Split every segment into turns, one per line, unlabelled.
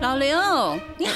老刘，你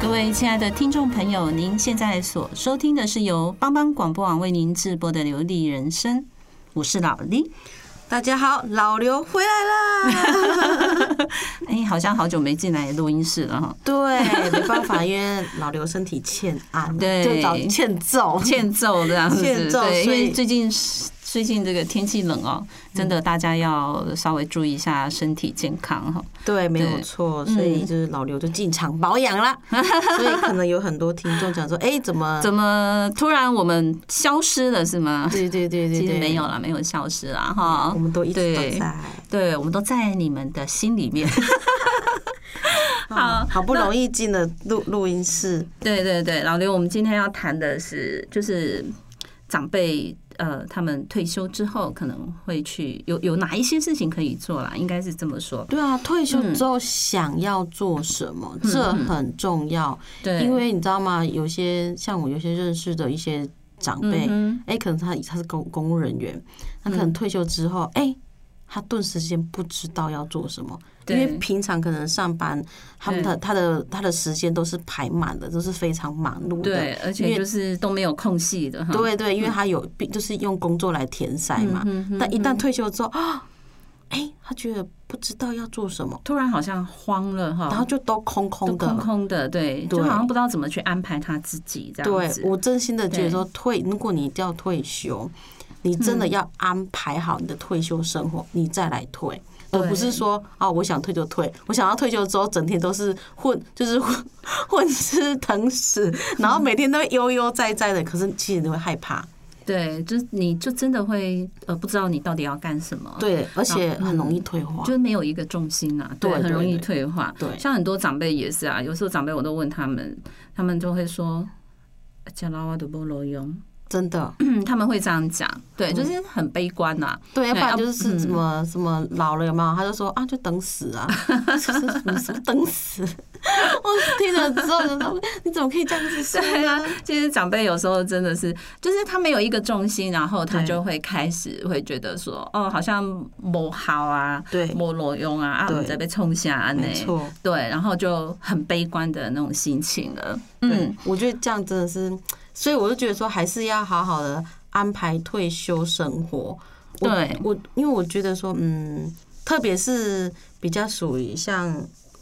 各位亲爱的听众朋友，您现在所收听的是由帮帮广播网为您直播的《流利人生》，我是老李。
大家好，老刘回来 啦！
哎，好像好久没进来录音室了哈，
对，没办法，因为老刘身体欠安，
对
就找欠揍，
欠揍这样子。
欠揍
对，因
所以
为最近最近这个天气冷哦，真的大家要稍微注意一下身体健康哈。
嗯
对，嗯没有
对
错，所以就是老刘就进场保养啦。所以可能有很多听众讲说，哎，怎么？
怎么突然我们消失了是吗？
对对对对
其实
对，
没有啦，没有消失啦哈。
我们都一直都
对
在。
对，我们都在你们的心里 面。好
哦好不容易进了录录音室，
对对对，老刘，我们今天要谈的是，就是长辈呃，他们退休之后可能会去有有哪一些事情可以做啦，应该是这么说。
对啊，退休之后想要做什么，这很重要，
对，
因为你知道吗？有些像我有些认识的一些长辈，
嗯
哎、可能他他是公公务人员，他可能退休之后，哎、他顿时间不知道要做什么，因
对
为平常可能上班，他们的
对
他的他的时间都是排满的，都是非常忙碌
哼
的，
对，而
因
且
为
就是嗯都没有空隙的哈。
对对，因为他有病，就是用工作来填塞嘛。
嗯
但一旦退休之后啊，哎，他觉得不知道要做什么，
突然好像慌了哈，
然后就都空
哦都
空
空
的。
空的，对，
对
就好像不知道怎么去安排他自己这
对
样子。
我真心的觉得说退，如果你要退休，你真的要安排好你的退休生活，你再来退。而不是说啊，我想退就退，我想要退休之后整天都是混，就是混 混吃等死，然后每天都悠悠哉哉的。可是其实你会害怕，
对，就是你就真的会呃，不知道你到底要干什么。
对，而且很容易退化。
就是没有一个重心啊，
对
很
对
容易
对
退化。
对
像很多长辈也是啊，有时候长辈我都问他们，他们就会说。加拉瓦的菠萝用，
真的，
嗯，他们会这样讲，
嗯
对，就是很悲观啊呐、
对，要不嗯然
要
就是什么、什么老了有没有？他就说啊，就等死啊， 就是什么什么等死。 我听了之后就说，你怎么可以这样子说
对啊
呢？，
其实长辈有时候真的是，就是他没有一个重心，然后他
对
就会开始会觉得说，哦，好像某好啊，
对
某裸用啊，啊，
对
我们在被冲下啊，
没
那
错，
对，然后就很悲观的那种心情了。
对
嗯，，
我觉得这样真的是，所以我就觉得说，还是要好好的安排退休生活。我
对
我因为我觉得说，嗯，特别是比较属于像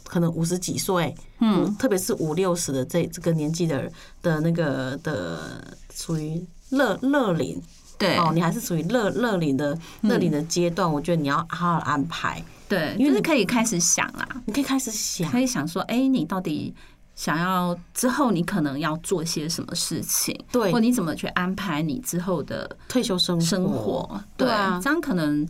可能五十几岁，嗯，特别是五六十的这这个年纪的的那个的，属于乐乐龄。
对，嗯
哦，你还是属于乐乐龄的乐龄的阶段，我觉得你要好好安排，
对，
因为
就是
你
可以开始想啊，
你可以开始想
可。以想说，哎、你到底想要之后你可能要做些什么事情，
对
或你怎么去安排你之后的
退休生活，
生活，对，
对啊
这样可能。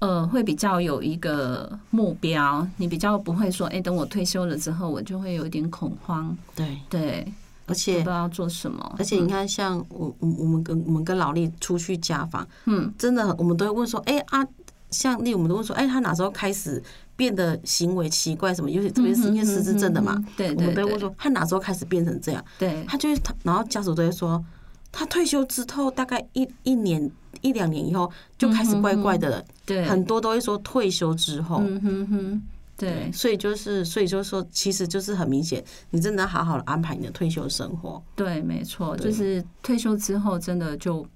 呃，会比较有一个目标，你比较不会说，哎、等我退休了之后，我就会有一点恐慌，
对，
对，
而
不
且
知道要做什么。
而且你看，像我我我们跟我们跟老力出去家访，
嗯，
真的我们都会问说，哎、啊，像例我们都问说，哎、他哪时候开始变得行为奇怪什么？尤其特别是因为失智症的嘛，
嗯，对
我们
对
都会问
对，
说他哪时候开始变成这样？
对
他就会他，然后家属都会说，他退休之后大概一一年一两年以后就开始怪怪的了。
嗯对，
很多都会说退休之后，
嗯哼哼，对，
所以就是，所以就是说，其实就是很明显，你真的要好好的安排你的退休生活。
对，没错，
对
就是退休之后真的就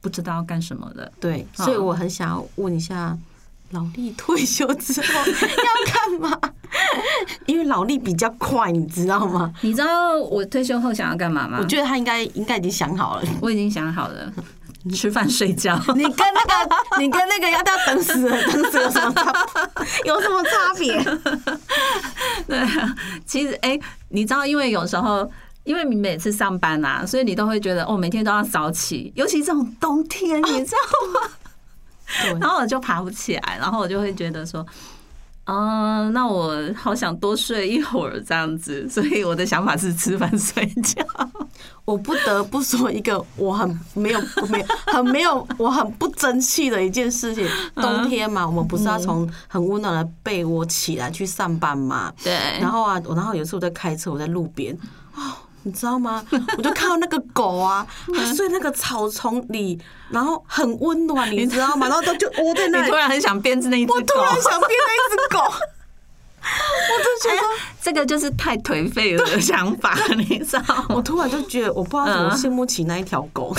不知道要干什么了。
对，所以我很想要问一下，劳力退休之后 要干嘛？因为劳力比较快，你知道吗？
你知道我退休后想要干嘛吗？
我觉得他应该应该已经想好了。
我已经想好了， 吃饭睡觉。
你跟那个，你跟那个要不要等死了？等死有什么差？ 有什么差别？
对啊，其实哎、你知道，因为有时候。因为你每次上班啊，所以你都会觉得哦，每天都要早起，尤其这种冬天，
啊
你知道吗？
对
然后我就爬不起来，然后我就会觉得说，嗯、那我好想多睡一会儿这样子， 所以我的想法是吃饭睡觉。
我不得不说一个我很没有、没有、很没有、我很不争气的一件事 情。冬天嘛，我们不是要从很温暖的被窝起来去上班嘛？
对
然后啊，我然后有一次我在开车，我在路边哦你知道吗？我就看到那个狗 啊，它睡那个草丛里，然后很温暖，你知道吗？然后它就窝在那
你
里
突，然很想变成那一只狗，
我突然想变成一只狗， 哎我就觉得。
这个就是太颓废了的想法， 你知道
我
吗？
突然就觉得，我不知道怎么
嗯
羡慕起那一条 狗，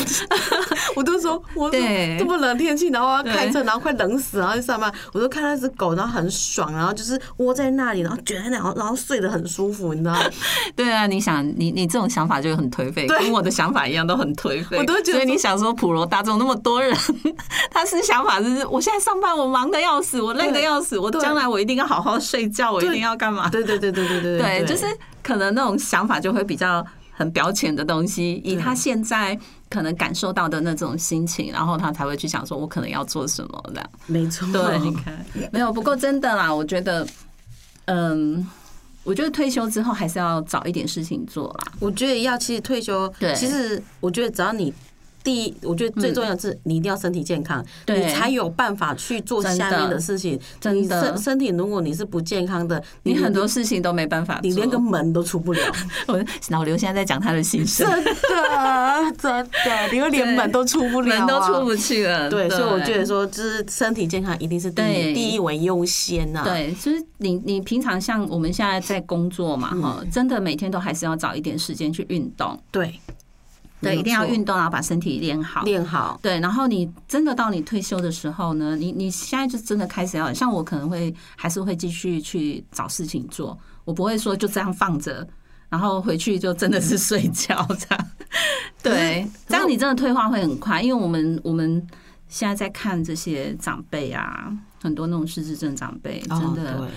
我就说，我
对
这么冷天气，然后要开车，
对
然后快冷死，然后去上班，我就看那只狗，然后很爽，然后就是窝在那里，然后卷在那里，然后然后睡得很舒服，你知道吗？
对啊，你想，你你这种想法就很颓废，
对
跟我的想法一样，都很颓废。
我都觉得
所以你
说
想说普罗大众那么多人， 他是想法就是，我现在上班我忙得要死，我累得要死，我
对
将来我一定要好好睡觉，我一
对
定要干嘛？
对对对对对对
对，就是可能那种想法就会比较很表浅的东西，以他现在可能感受到的那种心情，然后他才会去想说，我可能要做什么这样。
没 错，
对，你看，没有。不过真的啦，我觉得，嗯，我觉得退休之后还是要找一点事情做啦。
我觉得要其实退休，
对嗯
其实我觉得只要你。第一，我觉得最重要的是你一定要身体健康，
对
你才有办法去做
真的
下面的事情。
真
你
的
身身体如果你是不健康的，
你很
连
多事情都没办法做。
你连 个门都出不了。
我老刘现在在讲他的心声，
真的，真的，你会连门都出不了、啊，
门都出。不去了。
对，所以我觉得说，就是身体健康一定是第
对
一第一为优先呐、啊。
对，就是你你平常像我们现在在工作嘛，
嗯
哈、真的每天都还是要找一点时间去运动，
对
对，
没有
一定要
错
运动，然后把身体练好。
练好，
对，然后你真的到你退休的时候呢，你你现在就真的开始要像我，可能会还是会继续去找事情做，我不会说就这样放着，然后回去就真的是 睡觉这样。
嗯
对，这样你真的退化会很快，因为我们我们现在在看这些长辈啊，很多那种失智症长辈，真的
哦、，对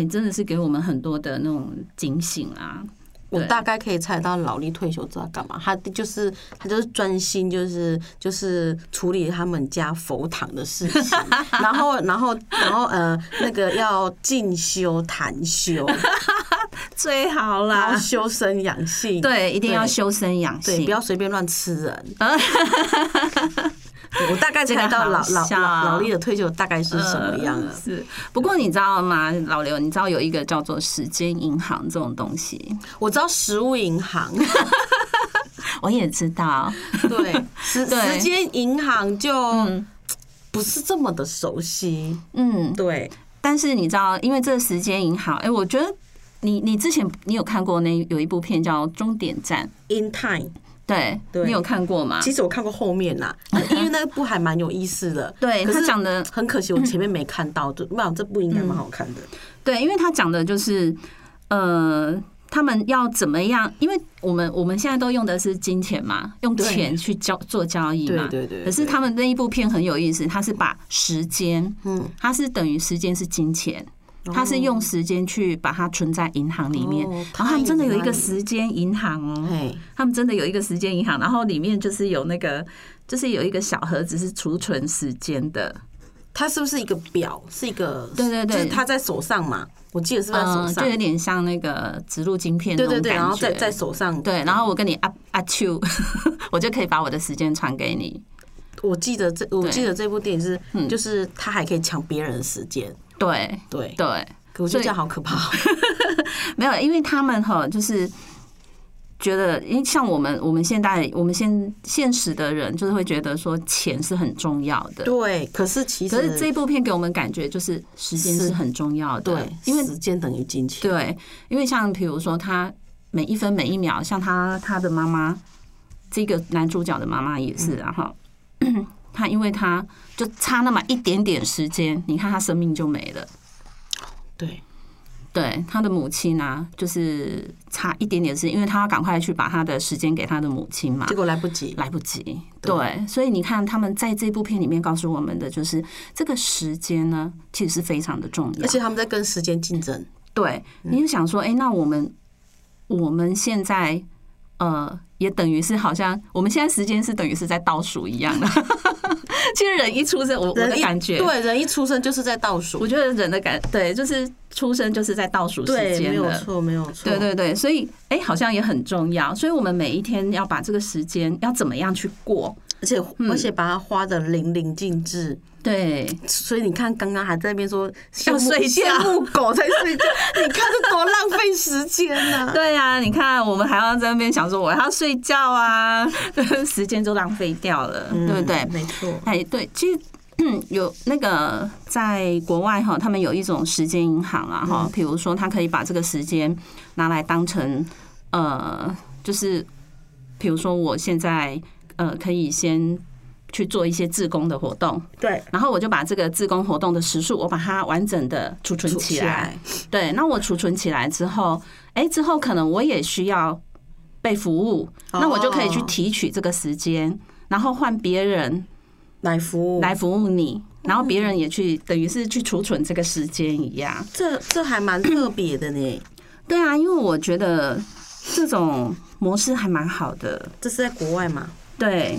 哎、真的是给我们很多的那种警醒啊。
我
对
大概可以猜到老力退休之后干嘛，他就是他就是专心就是就是处理他们家佛堂的事 情，然后然后然后呃那个要进修禅 修，
最好
然后
啦，
修身养性，
对，一定要
对
修身养
对，
性，
不要随便乱吃 人。我大概
这个
猜到
好
老老
笑
老老力的退休大概是什么样啊了
呃。是，不过你知道吗，老刘，你知道有一个叫做时间银行这种东西，
我知道食物银行，
我也知道。
对 时
对
时间银行就不是这么的熟悉。
嗯，
对，
但是你知道，因为这个时间银行，哎、我觉得你你之前你有看过那有一部片叫《终点站》，
In Time，
对
对
你有看过吗？
其实我看过后面 啦，因为那部还蛮有意思的。
对
可是
他讲的嗯
很可惜，我前面没看到，就不然这部应该蛮好看的。
对，因为他讲的就是，呃，他们要怎么样？因为我们我们现在都用的是金钱嘛，用
对
钱去交做交易嘛。
对对对对
可是他们那一部片很有意思，他是把时间，嗯，它是等于时间是金钱。它是用时间去把它存在银行里面，
哦
然后他们真的有一个
太
时间银行哦，
嘿，
他们真的有一个时间银行，然后里面就是有那个，就是有一个小盒子是储存时间的，
它是不是一个表？是一个
对对对
就是它在手上嘛，我记得是不是在手
嗯，
上
就。有点像那个植入晶片那
对
种
对
感觉，
对，然后在在手上，
对，然后我跟你啊啊啾， 我就可以把我的时间传给你。
我记得这我
对
记得这部电影是
嗯，
就是他还可以抢别人的时间，
对
对，
对，
可我觉
所以
得这样好可怕哦。
没有，因为他们哈就是。觉得，因为像我们我们现代我们现现实的人，就是会觉得说钱是很重要的。
对，可是其实
可是这部片给我们感觉就是时间是
是
很重要的，
对，
因为
时间等于金钱，
对，因为像比如说他每一分每一秒，像他他的妈妈，这个男主角的妈妈也是、啊，然后他因为他就差那么一点点时间，你看他生命就没了。
对，
对，他的母亲啊，就是差一点点是，因为他要赶快去把他的时间给他的母亲嘛
结。果来不及，
啊来不及，对，所以你看，他们在这部片里面告诉我们的就是，这个时间呢，其实是非常的重要
而。且他们在跟时间竞争，
对，
嗯
你就想说，哎、那我们我们现在呃，也等于是好像我们现在时间是等于是在倒数一样的。 其实人一出生，我我
人
的
一
感觉，，
对，人一出生就是在倒数
我，觉得人的感，对，就是出生就是在倒数时
对，没
间
有
的。
错，没有错，
对对对，所以哎、好像也很重要，所以我们每一天要把这个时间要怎么样去过？
而且
嗯
而且把它花的淋漓尽致，
对，
所以你看刚刚还在那边说羡慕
睡觉
羡慕狗在睡觉，你看这多浪费时间啊呐、
对呀、你看我们还要在那边想说我要睡觉 啊，时间就浪费掉了， 对不对？
嗯没错，
哎，对，其实。嗯，有那个在国外哈，他们有一种时间银行啊哈，比如说他可以把这个时间拿来当成呃，就是比如说我现在呃可以先去做一些志工的活动，
对，
然后我就把这个志工活动的时数，我把它完整的储存
储
起
起
来
来。
对，那我储存起来之后，哎，之后可能我也需要被服务，那我就可以去
哦
提取这个时间，然后换别人
来服务，
来服务你，然后别人也去等于是去储存这个时间一样。
这这还蛮特别的呢，
对啊，因为我觉得这种模式还蛮好的。
这是在国外嘛？
对，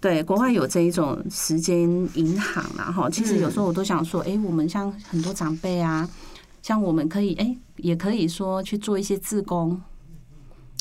对，国外有这一种时间银行啊，哈，其实有时候我都想说，哎、我们像很多长辈啊，像我们可以，哎、也可以说去做一些自工，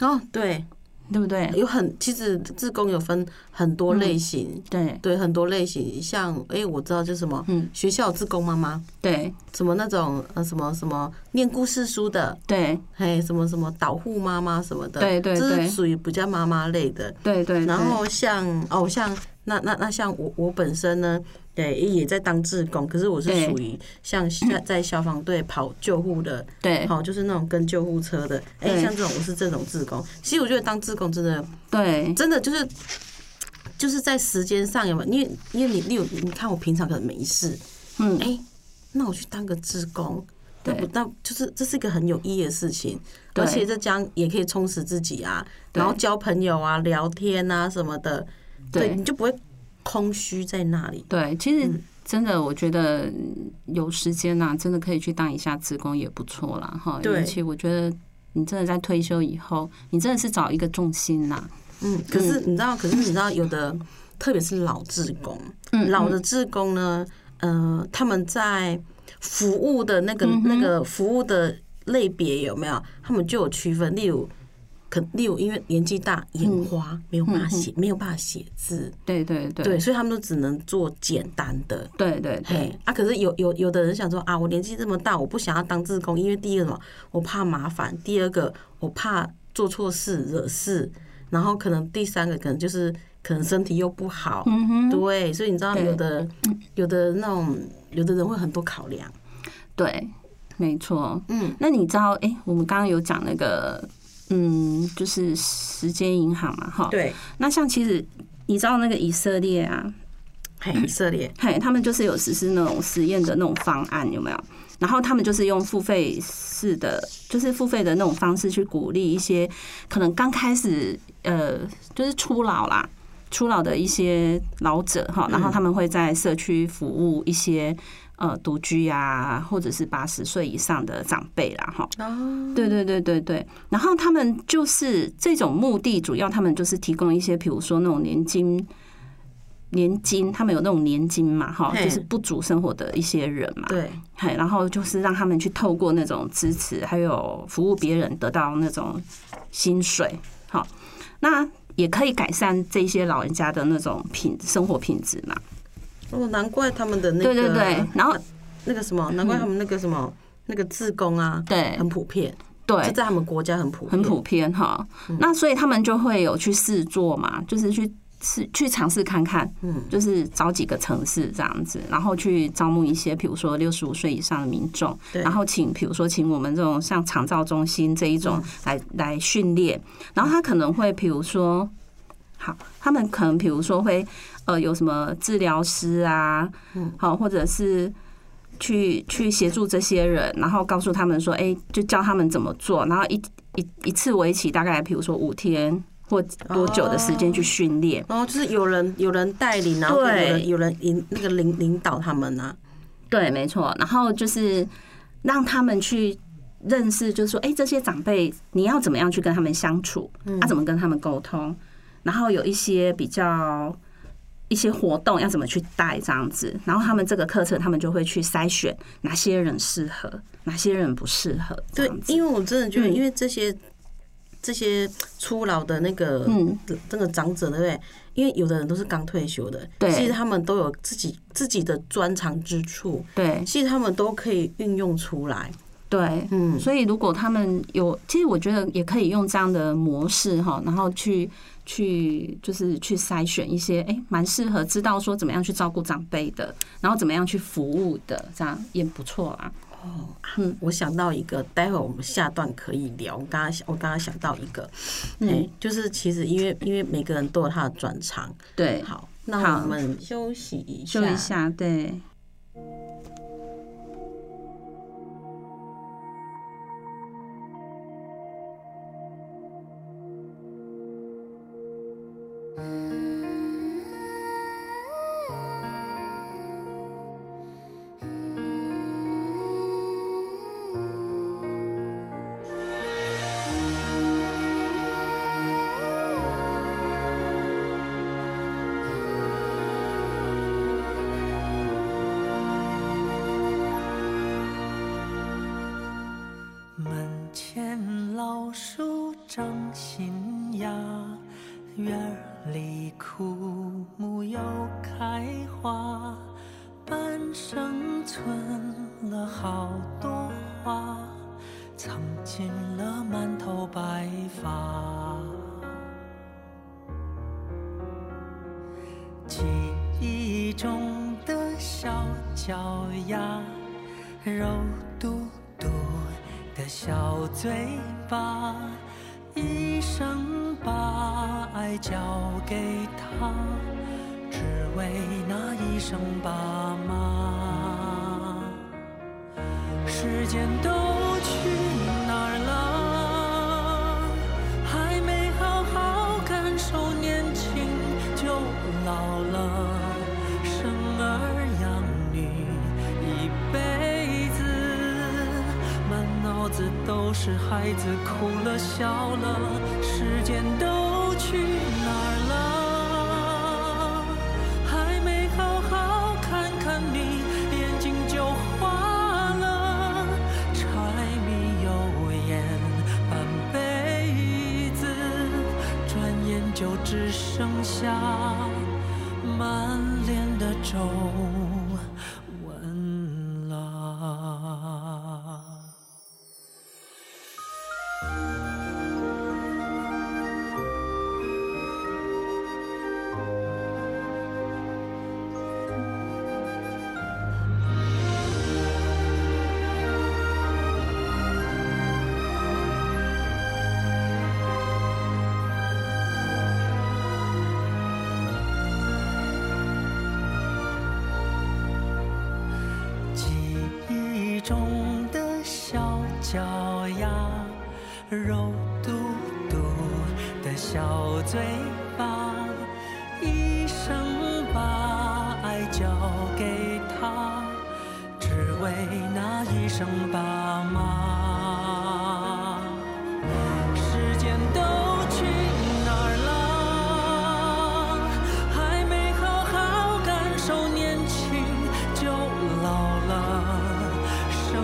哦，对，
对不对？
有很其实自工有分很多类型，
对
对，很多类型，像哎、我知道就是什么，
嗯
学校有自工妈妈，
对
什么那种呃什么什么念故事书的，
对
嘿，什么什么导护妈妈什么的，
对对
这
对
是属于比较妈妈类的。
对对，
然后像哦，像那那那像我我本身呢，对，也在当志工，可是我是
对
属于像在在消防队跑救护的，
对
好就是那种跟救护车的，哎、
对
像这种我是这种志工。其实我觉得当志工真的
对
真的就是就是在时间上有没有？因为因为你你有你看我平常可能没事，
嗯
哎、那我去当个志工，那
对
不那就是这是一个很有意义的事情，
对
而且这将也可以充实自己啊，
对
然后交朋友啊、聊天啊什么的，对，
对
你就不会空虚在那里。
对，其
嗯
实真的，我觉得嗯有时间呐、真的可以去当一下职工也不错啦，哈。
对
尤其我觉得你真的在退休以后，你真的是找一个重心呐、
嗯，可是你知道，可是你知道，有的特别是老志工，
嗯
老的志工呢，呃，他们在服务的那
嗯
个、那个服务的类别有没有？他们就有区分，例如。可例如，因为年纪大，眼花、没有办法写，没有办法写字，
对对嗯对
对，所以他们都只能做简单的。
对对对
嘿，啊，可是有有有的人想说啊，我年纪这么大，我不想要当志工，因为第一个什么，我怕麻烦；第二个，我怕做错事惹事；然后可能第三个，可能就是可能身体又不好。
嗯哼，
对，所以你知道
对
有的有的那种有的人会很多考量，
对，没错。
嗯，
那你知道，哎、我们刚刚有讲那个，嗯，就是时间银行嘛，哈。。
对，
那像其实你知道那个以色列啊，
嘿，以色列，
嘿，他们就是有实施那种实验的那种方案，有没有？然后他们就是用付费式的，就是付费的那种方式去鼓励一些可能刚开始呃，就是初老啦，初老的一些老者哈，然后他们会在社区服务一些呃独居啊，或者是八十岁以上的长辈啦哈。对对对对对，然后他们就是这种目的，主要他们就是提供一些，比如说那种年金。年金，他们有那种年金嘛，哈，
嘿
就是不足生活的一些人嘛，
对，
嘿，然后就是让他们去透过那种支持，还有服务别人，得到那种薪水，好，那也可以改善这些老人家的那种品生活品质嘛，
哦，难怪他们的那个，
对对对，然后嗯
那个什么，难怪他们那个什么那个志工啊，
对
很普遍，
对
这，在他们国家很普遍，嗯
很普遍哈。那所以他们就会有去试做嘛，就是去试去尝试看看，
嗯
就是找几个城市这样子，然后去招募一些，比如说六十五岁以上的民众，
对
然后请比如说请我们这种像长
嗯
照中心这一种来来训练，然后他可能会比如说。好，他们可能比如说会呃有什么治疗师啊，好，或者是去去协助这些人，然后告诉他们说，哎、就教他们怎么做，然后一一一次为期大概比如说五天或多久的时间去训练。
然后就是有人有人带领，然后有
对
人有人引那个领领导他们啊，
对，没错。然后就是让他们去认识，就是说，哎、这些长辈你要怎么样去跟他们相处，
嗯
啊，怎么跟他们沟通，然后有一些比较一些活动要怎么去带这样子。然后他们这个课程，他们就会去筛选哪些人适合，哪些人不适合，这
对
样，子。
因为我真的觉得，
嗯
因为这些、这些初老的那个、
嗯
这个长者，对不对？因为有的人都是刚退休的，
对
其实他们都有自己自己的专长之处，
对
其实他们都可以运用出来。
对，
嗯，
所以如果他们有，其实我觉得也可以用这样的模式哈，然后去去就是去筛选一些哎蛮适合知道说怎么样去照顾长辈的，然后怎么样去服务的，这样也不错啊啦。
我想到一个，待会我们下段可以聊。我刚刚想我刚刚想到一个，哎、就是其实因为因为每个人都有他的专长。
对，
好，那我
好
们休息一下，
修一下，对，
门前老树长新芽，院儿里枯木又开花，半生存了好多花，藏进了满头白发。记忆中的小脚丫，肉嘟嘟的小嘴巴，一生把爱交给他，只为那一声爸妈。时间都去哪儿了？还没好好感受年轻就老了，生儿养女一辈子，满脑子都是孩子哭了笑了。时间都去哪儿了？还没好好看看你，眼睛就花了。柴米油盐半辈子，转眼就只剩下满脸的皱纹了。记忆中的小脚丫，肉嘟嘟的小嘴巴，一生把爱交给他，只为那一声爸妈。时间都去哪儿了？还没好好感受年轻就老了，生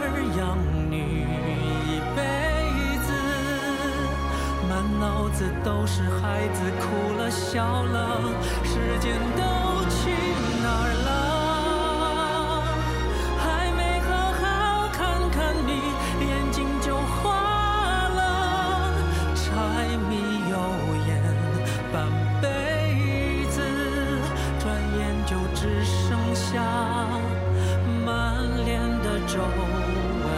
儿养女一辈子，满脑子都是孩子哭了笑了，时间都去哪儿了？还没好好看看你，眼睛就花了。柴米油盐半辈子，转眼就只剩下满脸的皱纹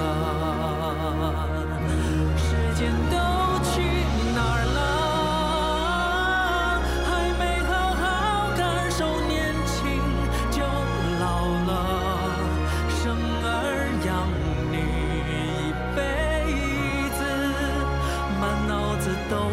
了。时间都去哪儿了？孩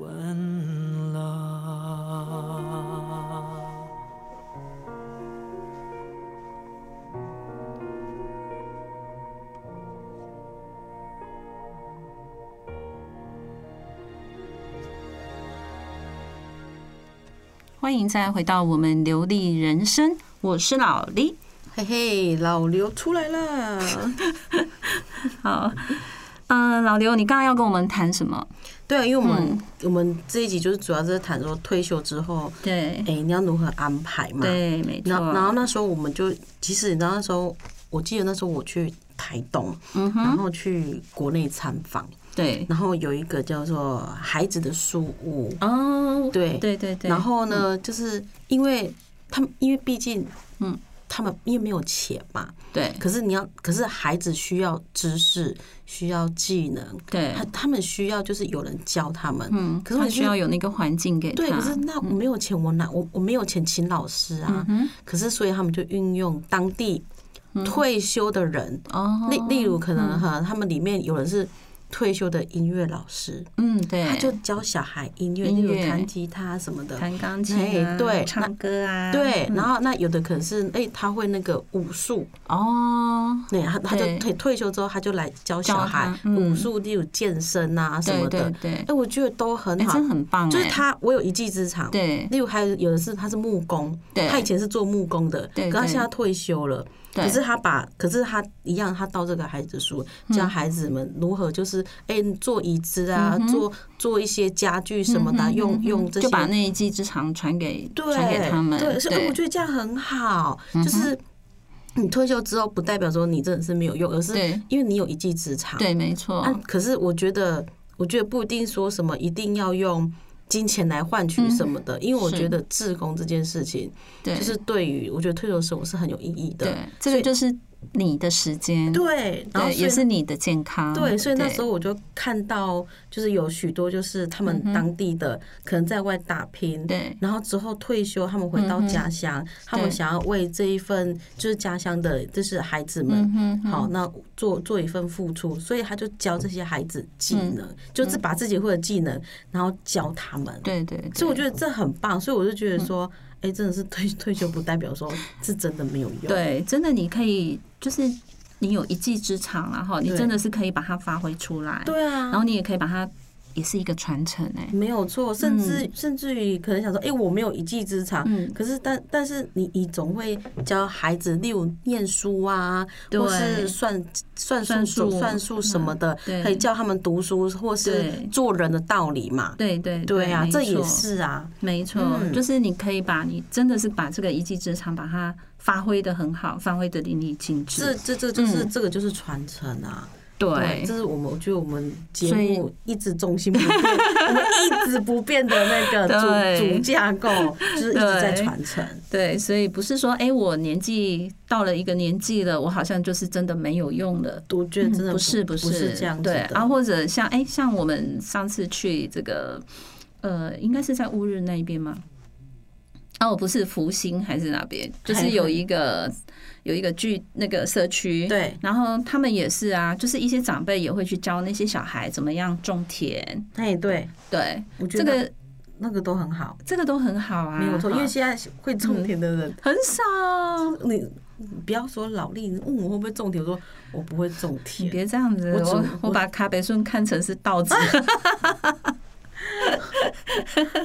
纹了。
欢迎再回到我们流利人生，我是老李。
嘿嘿，老刘出来 了。
好，嗯、老刘，你刚刚要跟我们谈什么？
对啊，因为我们、
嗯
我们这一集就是主要是谈说退休之后，
对
哎、，你要如何安排嘛？。
对，没错
然。后然后那时候我们就，其实你知道那时候，我记得那时候我去台东，
嗯
然
哼，
后去国内参访，
对，
然后有一个叫做孩子的书屋，
哦，
对
对对对。
然后呢，就是因为他们，因为毕竟，
嗯
嗯，他们因为没有钱嘛，
对
可是你要，可是孩子需要知识，需要技能，
对
他，他们需要就是有人教他们，
嗯，
可是我
他
觉
需
得
要有那个环境给他。
对，可是那我没有钱，我哪我我没有钱请老师啊，
嗯
可是所以他们就运用当地退休的人，
哼，哦，
例例如可能哈，他们里面有人是退休的音乐老师，
嗯，对，
他就教小孩音乐，例
音
如
乐
弹吉他什么的，
弹钢琴啊，
哎对
唱歌啊，
对，然后那有的可能是哎、他会那个武术，
哦，
对，他他就
对
退退休之后他就来教
教
小
他
孩
嗯
武术，例如健身啊什
对
么
对
的。
对，
哎，我觉得都很
哎，
好
真，很棒，
就是
哎，
他我有一技之长。
对
例如还有有的是他是木工，
对
他以前是做木工的，
对
可他
对
现在退休了。
对
可是他把，可是他一样，他到这个孩子书
嗯
教孩子们如何就是哎、做椅子啊，
嗯
做做一些家具什么的，用用这些
就把那一技之长传给
对，
传给他们，嗯
对，是、哎，我觉
得
得这样很好，就是你退休之后，不代表说你真的是没有用，而是
对
因为你有一技之长。
对，没错，
啊，可是我觉得，我觉得不一定说什么一定要用金钱来换取什么的，因为我
嗯是
觉得志工这件事情，
对，
就是对于我觉得退休生活是很有意义的
对。，这个就是你的时间，
对，然后
对，
所以
也是你啊的健康，
对，所以那时候我就看到，就是有许多就是他们当地的可能在外打拼，
嗯对
然后之后退休，他们回到家乡，他们
嗯对
想要为这一份就是家乡的，就是孩子
嗯
们，好，那做做一份付出，所以他就教这些孩子技能，就是把自己会的技能，然后教他们。
嗯对嗯对，对
所以我觉得这很棒，所以我就觉得说，哎，真的是退退休不代表说是真的没有用，，
对，真的你可以就是你有一技之长啊，然后你
对
真的是可以把它发挥出来，
对啊，
然后你也可以把它也是一个传承哎、
没有错，甚至、甚至于可能想说，哎、我没有一技之长，
嗯
可是但但是你你总会教孩子，例如念书啊，
对
或是算算
算
术、
术嗯
算术什么的，
对
可以教他们读书或是
对
做人的道理嘛。
对对
对啊，
没
这也
错
是啊，
没错，
嗯
就是你可以把你真的是把这个一技之长把它发挥的很好，发挥的淋漓尽
这
致。
这这就是、
嗯
这个就是传承啊。
对
这是我们我觉得我们节
所以
目一直重心不变，我们一直不变的那个主
对
主架构，就是一直在
对
传承。
对，所以不是说哎、我年纪到了一个年纪了，我好像就是真的没有用了。
我觉得真
嗯
的
不是
不
是
是这样子
对
的
啊，或者像哎、像我们上次去这个呃，应该是在乌日那一边吗？哦，不是福星还是哪边？就是有一个有一个剧那个社区，
对
然后他们也是啊，就是一些长辈也会去教那些小孩怎么样种田，
哎，对，
对，
我觉
这
得
个
那个都很好，
这个都很好嗯啊，
没有错，因为
哈
现在会种田的人，
很少，
你你不要说老力，你问我会不会种田，我说我不会种
你
田，
别这样子，
我只
我
我
我把卡北顺看成是稻 子，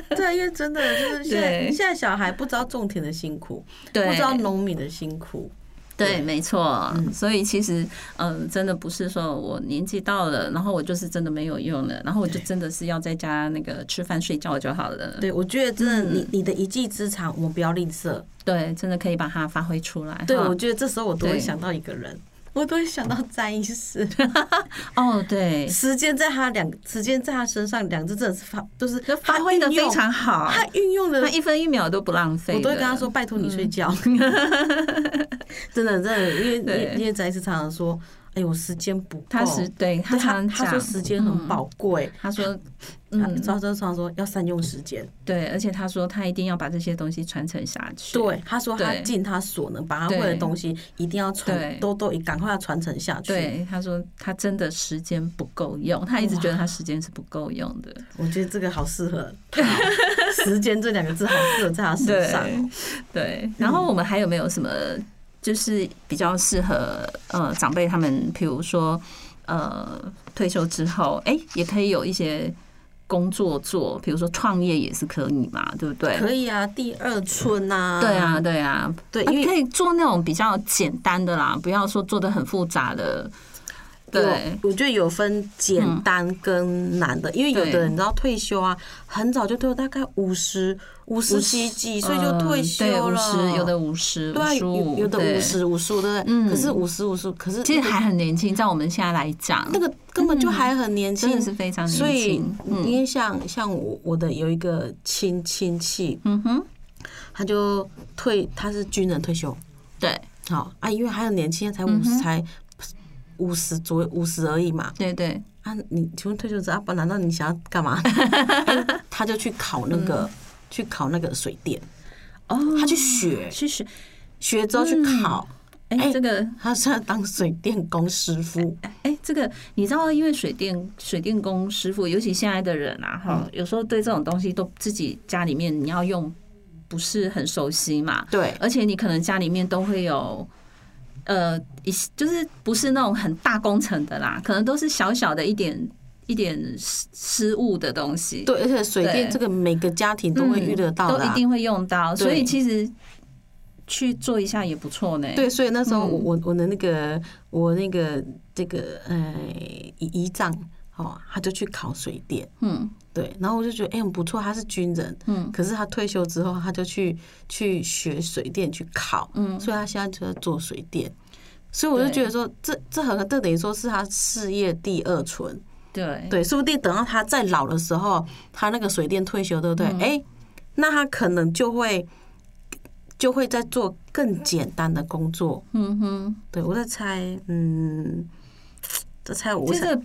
对，啊因为真的就是现在
对
现在小孩不知道种田的辛苦，不
对
知道农民的辛苦，
对，没错，所以其实嗯、呃真的不是说我年纪到了，然后我就是真的没有用了，然后我就真的是要在家那个吃饭睡觉就好了，
对我觉得真
嗯
的，你你的一技之长，我们不要吝啬，
对，真的可以把它发挥出来，
对
哈
我觉得这时候我都会
对嗯
想到一个人，我都会想到詹 医师，
哦，对，
时间在他两，时间在他身上，两只真的是发，就是
就发挥的非常好，
他运用的
他一分一秒都不浪费。
我都会跟他说：“，拜托你
嗯
睡觉。 真的，真的，因为
对
因为翟医师常常说：“哎，我时间不够。”
他时对他
哦对他
常常
他说
讲
时间很宝贵，
他说，
他
嗯，
他常常说要善用时间。
对，而且他说他一定要把这些东西传承下去。
对，他说他
对
尽他所能，把他会
对
的东西一定要传
对，
都都赶快要传承下去。
对，他说他真的时间不够用，他一直觉得他时间是不够用的。
我觉得这个好适合他哦， 时间这两个字好适合在他身上哦。
对，然后我们还有没有什么就是比较适合呃长辈他们，比如说呃退休之后，哎、也可以有一些工作做，比如说创业也是可以嘛，对不对？
可以啊，第二春啊，
对啊，，对啊，
对
啊
因为
可以做那种比较简单的啦，不要说做的很复杂的。对，嗯
有，我觉得有分简单跟难的，因为有的
对
人你知道退休啊，很早就退休，大概五十五十几几岁就
呃
退休
对，五
了，
十有的五十，
对啊，
十
有
五，
有的
对
五十五十五对不对？
嗯
可是五十五十，可是
其实还很年轻，在我们现在来讲，
那个根本就还很年
嗯
轻，
真的是非常年轻
所以
嗯
因为像像我我的有一个亲亲戚，
嗯哼，
他就退，他是军人退休，
对
好啊，因为还很年轻，才
嗯
五十才。五十左右，五十而已嘛，
对对，
啊，你请问退休之后，啊，难道你想要干嘛？ 他就去考那个，去考那个水电，
哦，
他去学，
去学，
学之后去考，
哎，
哎
这个
他是要当水电工师傅。
哎，这个你知道，因为水电水电工师傅，尤其现在的人啊，
嗯
哈，有时候对这种东西都自己家里面你要用，不是很熟悉嘛，
对
而且你可能家里面都会有。呃，一些就是不是那种很大工程的啦，可能都是小小的一点一点失失误的东西。
对，而且水电
对
这个每个家庭都会遇得
嗯
到的、
都
啊
一定会用到，所
对
以其实去做一下也不错呢。
对，所以那时候
嗯
我我我的那个我那个这个呃姨姨丈哦，他就去考水电，
嗯，
对，然后我就觉得哎、很不错，他是军人，
嗯
可是他退休之后他就去去学水电去考，
嗯
所以他现在就在做水电，所以我就
对
觉得说这这很这等于说是他事业第二春，
嗯对
对，说不定等到他再老的时候，他那个水电退休，对不对？
嗯
哎、那他可能就会就会在做更简单的工作。
嗯哼，
对我在猜，嗯，在猜我
这
想
个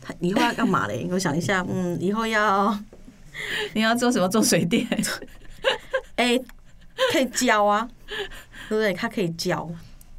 他以后要干嘛嘞？ 我想一下，嗯，以后要
你要做什么？做水 电？
哎、可以教啊，对不对？他可以教，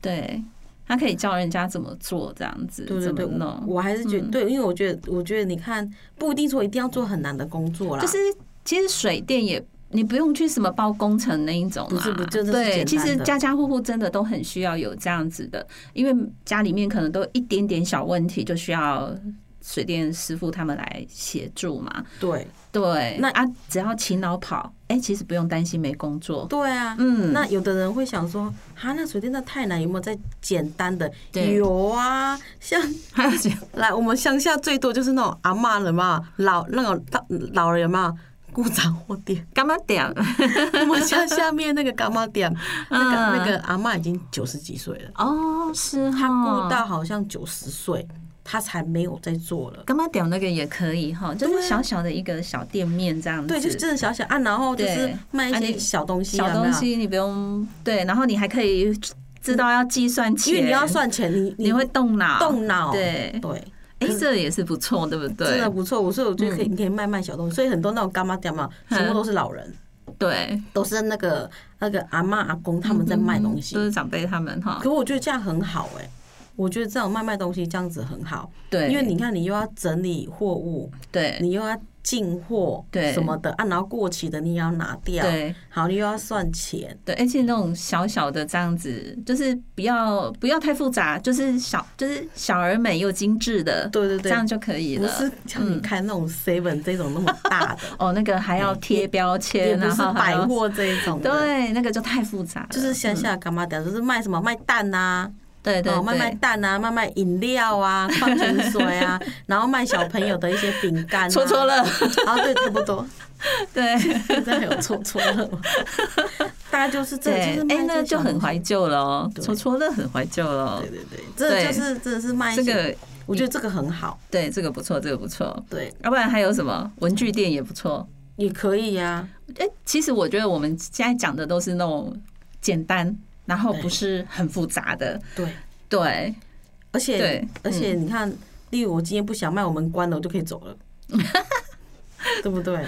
对，他可以教人家怎么做，这样子
对对对
怎么，嗯弄，
我还是觉得、对，因为我觉得，我觉得你看，不一定说一定要做很难的工作啦，
就是其实水电也。你不用去什么包工程那一种啦，
不是不是就是简
对，
单
其实
的
家家户户真的都很需要有这样子的，因为家里面可能都有一点点小问题，就需要水电师傅他们来协助嘛。
对
对，
那
那啊，只要勤劳跑，哎、其实不用担心没工作。
对啊，
嗯，
那有的人会想说，啊，那水电那太难，有没有再简单的？
对
有啊，像
还有谁？
来我们乡下最多就是那种阿嬷人嘛，老那种大老人嘛，顾杂货店。
干嘛 点？
我们家下面那个干妈店，那个
嗯
那个阿嬷已经九十几岁了，
哦，是
她顾
哈。
到好像九十岁，她才没有在做了。
干嘛点那个也可以哈，就
对啊
是小小的一个小店面这样子。
对，就是真的小小啊，然后就是
对
卖一
啊
些
你
小东西，
小
有没有
东西，你不用对，然后你还可以知道要计算钱，
因为你要，算钱，你
你会动脑，
动脑，
对，
对。
哎、这也是不错，对不对？
真的不错，我所以我觉得可以，你可以卖卖小东西。所以很多那种干妈店嘛，
嗯
全部都是老人，
对，
都是那个那个阿妈阿公他们在卖东西
嗯都。是长辈他们哈
可，我觉得这样很好哎、我觉得这种卖卖东西这样子很好，
对，
因为你看你又要整理货物，
对
你又要进货，
对
什么的啊，然后过期的你也要拿掉，
对。
好，你又要算钱，
对，而且那种小小的这样子，就是不要不要太复杂，就是小就是小而美又精致的，
对对
这
对
样就可以
不
了。
是像你看
嗯
那种 seven 这种那么 大的，
哦，那个还要贴标
也
签，
不
然
是
后还
百
要
货这一种的，，
对，那个就太复杂了，
就是乡下的干妈店，就是卖什么卖蛋啊，
对对
哦，卖卖
对，
蛋啊，卖卖饮 料啊，矿泉水啊，然后卖小朋友的一些饼干、啊，哦
戳戳乐，
啊，对，差不多，
对
现在还有戳戳乐吗，大概就是这，
对
就是，卖
哎，那
这
就
小
很
东西
怀旧了哦，
对
戳戳乐很怀旧了哦
对。对对，这就是真的是卖一
这
些
个，
我觉得这个很好，
对，这个不错，这个不错。
对，
要不然还有什么文具店也不错。
也可以啊呀、
哎，其实我觉得我们现在讲的都是那种简单，然后不是很复杂的。
对，
对，
而且
对嗯
而且你看，例如我今天不想卖，我们关了我就可以走 了，对不对？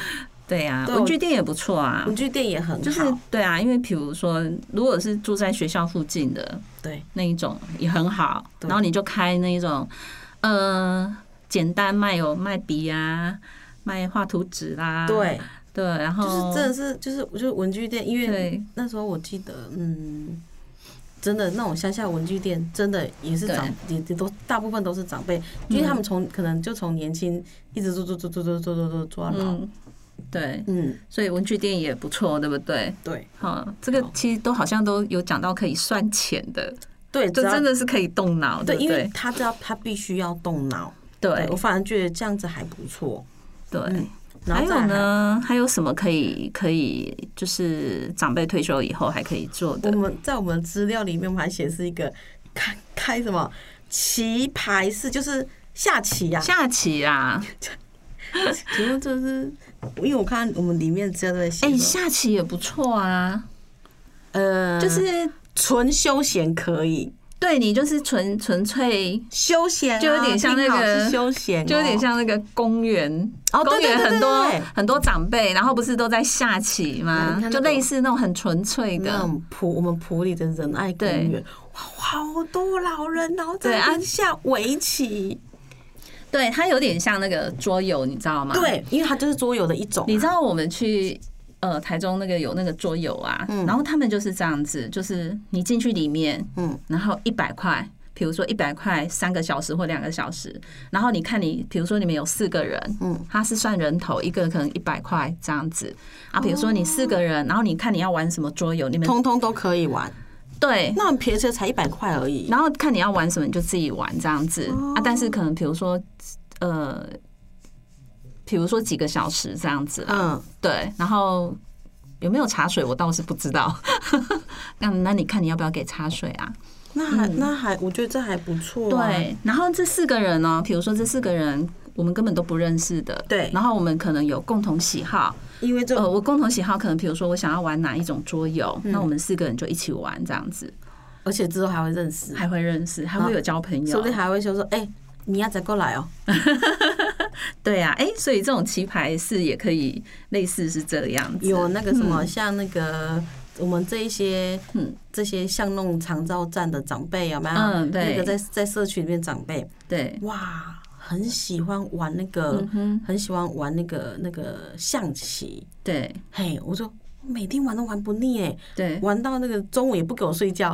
对呀、
对我
文具店也不错啊。
文具店也很好，
就是对啊，因为比如说，如果是住在学校附近的
对
那一种也很好，
对
然后你就开那一种，呃，简单卖有卖笔啊，卖画图纸啦、
对，
对，然
就
后
是真的是就是就是文具店，因为
哦对
那时候我记得，嗯。真的，那种乡下文具店，真的也是长，也也都大部分都是长辈，因为
嗯
他们从可能就从年轻一直做做做做做做做做做到老，
嗯，对，
嗯，
所以文具店也不错，对不对？
对
好，这个其实都好像都有讲到可以算钱的，
对，
就
只要
真的是可以动脑，对
对，
不
因为
对？
他知道他必须要动脑。对
对
我反而觉得这样子还不错。
对。
然
还
后再
有
来，
呢？还有什么可以可以，就是长辈退休以后还可以做的
我？们在我们的资料里面，我们还显示一个开开什么棋牌室，就是下棋呀、
下棋啊，
请问这是？因为我看我们里面资料都在写
哎、
什么，
下棋也不错啊，
呃，
就是
纯休闲可以，
对你就是纯纯粹，
休闲啊、
就有点像那个
听好是休闲哦、
就有点像那个公园，
哦对
公园
对对
很多
对对
很多长辈，然后不是都在下棋
对
吗
你看那？
就
种
类似那种很纯粹
那
的，
种普我们普里的仁爱公园，哇，好多老人然后
对
在
啊
那边下围棋，
对，它有点像那个桌游，你知道吗？，
对，因为它就是桌游的一种啊、
你知道我们去。呃，台中那个有那个桌游啊，然后他们就是这样子，就是你进去里面，
嗯，
然后一百块，比如说一百块三个小时或两个小时，然后你看你，比如说你们有四个人，嗯，他是算人头，一个可能一百块这样子啊。比如说你四个人，然后你看你要玩什么桌游，你们
通通都可以玩。
对。
那很便宜，才一百块而已。
然后看你要玩什么，你就自己玩这样子啊。但是可能比如说，呃，比如说几个小时这样子啦，
嗯，
对，然后有没有茶水我倒是不知道。 那那你看你要不要给茶水啊？
那还那还，我觉得这还不错、啊。，
对，然后这四个人哦呢、比如说这四个人我们根本都不认识的，
对
然后我们可能有共同喜好，
因为这
呃，我共同喜好可能比如说我想要玩哪一种桌游，
嗯
那我们四个人就一起玩这样子，
而且之后还会认识，
还会认识，还会有交朋
啊说
友
不，定还会说说，哎、你要再过来哦。
对啊，哎，所以这种棋牌室也可以类似是这样子，
有那个什么，像那个我们这一些，
嗯
嗯，这些巷弄长照站的长辈有没有？
嗯对
那个在在社区里面长辈，
对，
哇，很喜欢玩那个，
哼
很喜欢玩那个那个象棋。
对
嘿，我说。每天玩都玩不腻哎，
对
玩到那个中午也不给我睡觉。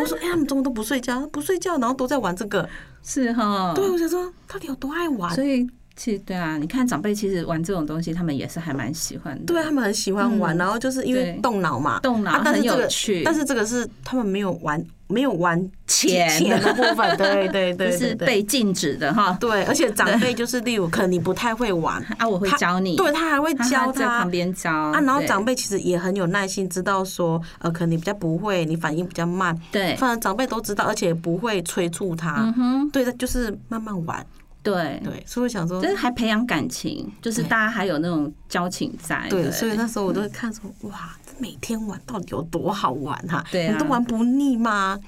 我说：“哎、他们中午都不睡觉，不睡觉，然后都在玩这个。
是哈，
对，我啊想说到底有多爱玩？
哦所以其实对啊，你看长辈其实玩这种东西，他们也是还蛮喜欢的，
对他啊们很喜欢玩，
嗯
然后就是因为
对
动脑嘛，
动脑
啊但是
很有
这个
趣
但是这个是他们没有玩，没有玩
钱
钱的部 分，对对对，
这
对
是
对
被禁止的哈。
对，而且长辈就是例如可能你不太会玩，
啊，我会
他
教你，
对他还会
他
教
在
他
旁。边教
啊，然后
对
长辈其实也很有耐心，知道说，呃，可能你比较不会，你反应比较慢，
对
反正长辈都知道，而且不会催促他，
嗯哼，
对，就是慢慢玩，
对，
对，所以我想说，
就是还培养感情，就是
对
大家还有那种交情在，
对，所以那时候我都会看说，哇，这每天玩到底有多好玩哈、
对啊
你都玩不 腻吗？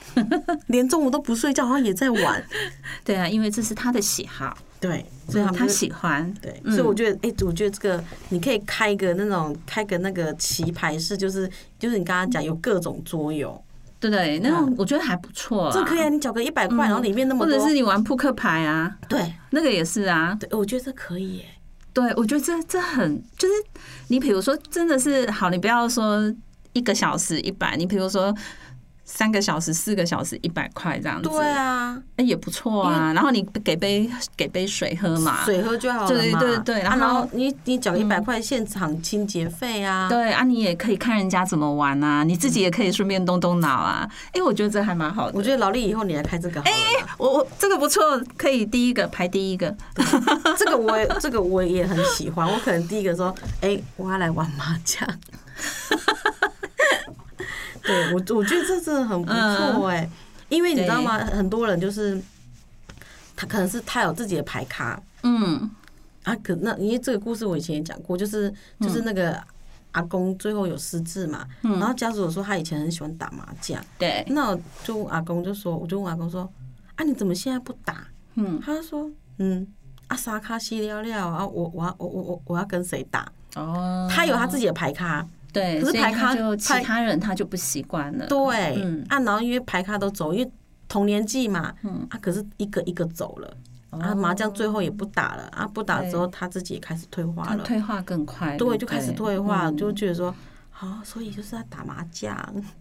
连中午都不睡觉，然后也在玩。
对啊，因为这是他的喜好，
对，所
所
以
以
他们
他
就
喜欢，
对，
嗯
所以我觉得，哎、我觉得这个你可以开一个那种开个那个棋牌室，就是就是你刚刚讲有各种桌游，
对对，那种我觉得还不错啊，
嗯这可以啊，你缴个一百块，然后里面那
嗯
么
或
多，
者是你玩扑克牌啊，
对
那个也是啊，
对，我觉得这可以耶，
对，我觉得这这很就是你比如说真的是好，你不要说一个小时一百，你比如说。三个小时、四个小时，一百块这样子，
对啊，
哎也不错啊。然后你给杯给杯水喝嘛，
水喝就好了嘛，
对对对然
啊
后嗯
然后你你缴一百块现场清洁费啊，
对啊，你也可以看人家怎么玩啊，你自己也可以顺便动动脑啊。哎、我觉得这还蛮好的。
我觉得劳力以后你来开这个好了
哎
啦。
我我这个不错，可以第一个排第一个。
这个我也这个我也很喜欢。我可能第一个说，哎、我要来玩麻将。 对我，我觉得这真的很不错哎、因为你知道吗？很多人就是他可能是他有自己的牌卡
嗯，
啊，可那因为这个故事我以前也讲过，就是就是那个阿公最后有失智嘛，然后家属有说他以前很喜欢打麻将，
对，
那我就问阿公就说，我就问阿公说，啊你怎么现在不打？
嗯，
他就说，嗯，啊沙卡西聊聊啊，我我要我我我我要跟谁打？
哦，
他有他自己的牌卡，
对，
可是
所以
排咖
他就其
排
他人他就不习惯了，
对，
嗯
啊，然后因为牌卡都走，因为同年纪嘛，啊，可是一个一个走了，
哦
啊，麻将最后也不打了，啊，不打之后他自己也开始退化
他
了，
退化更快，
对，
不
就开始退化，
嗯
就觉得说，好，所以就是要打麻将，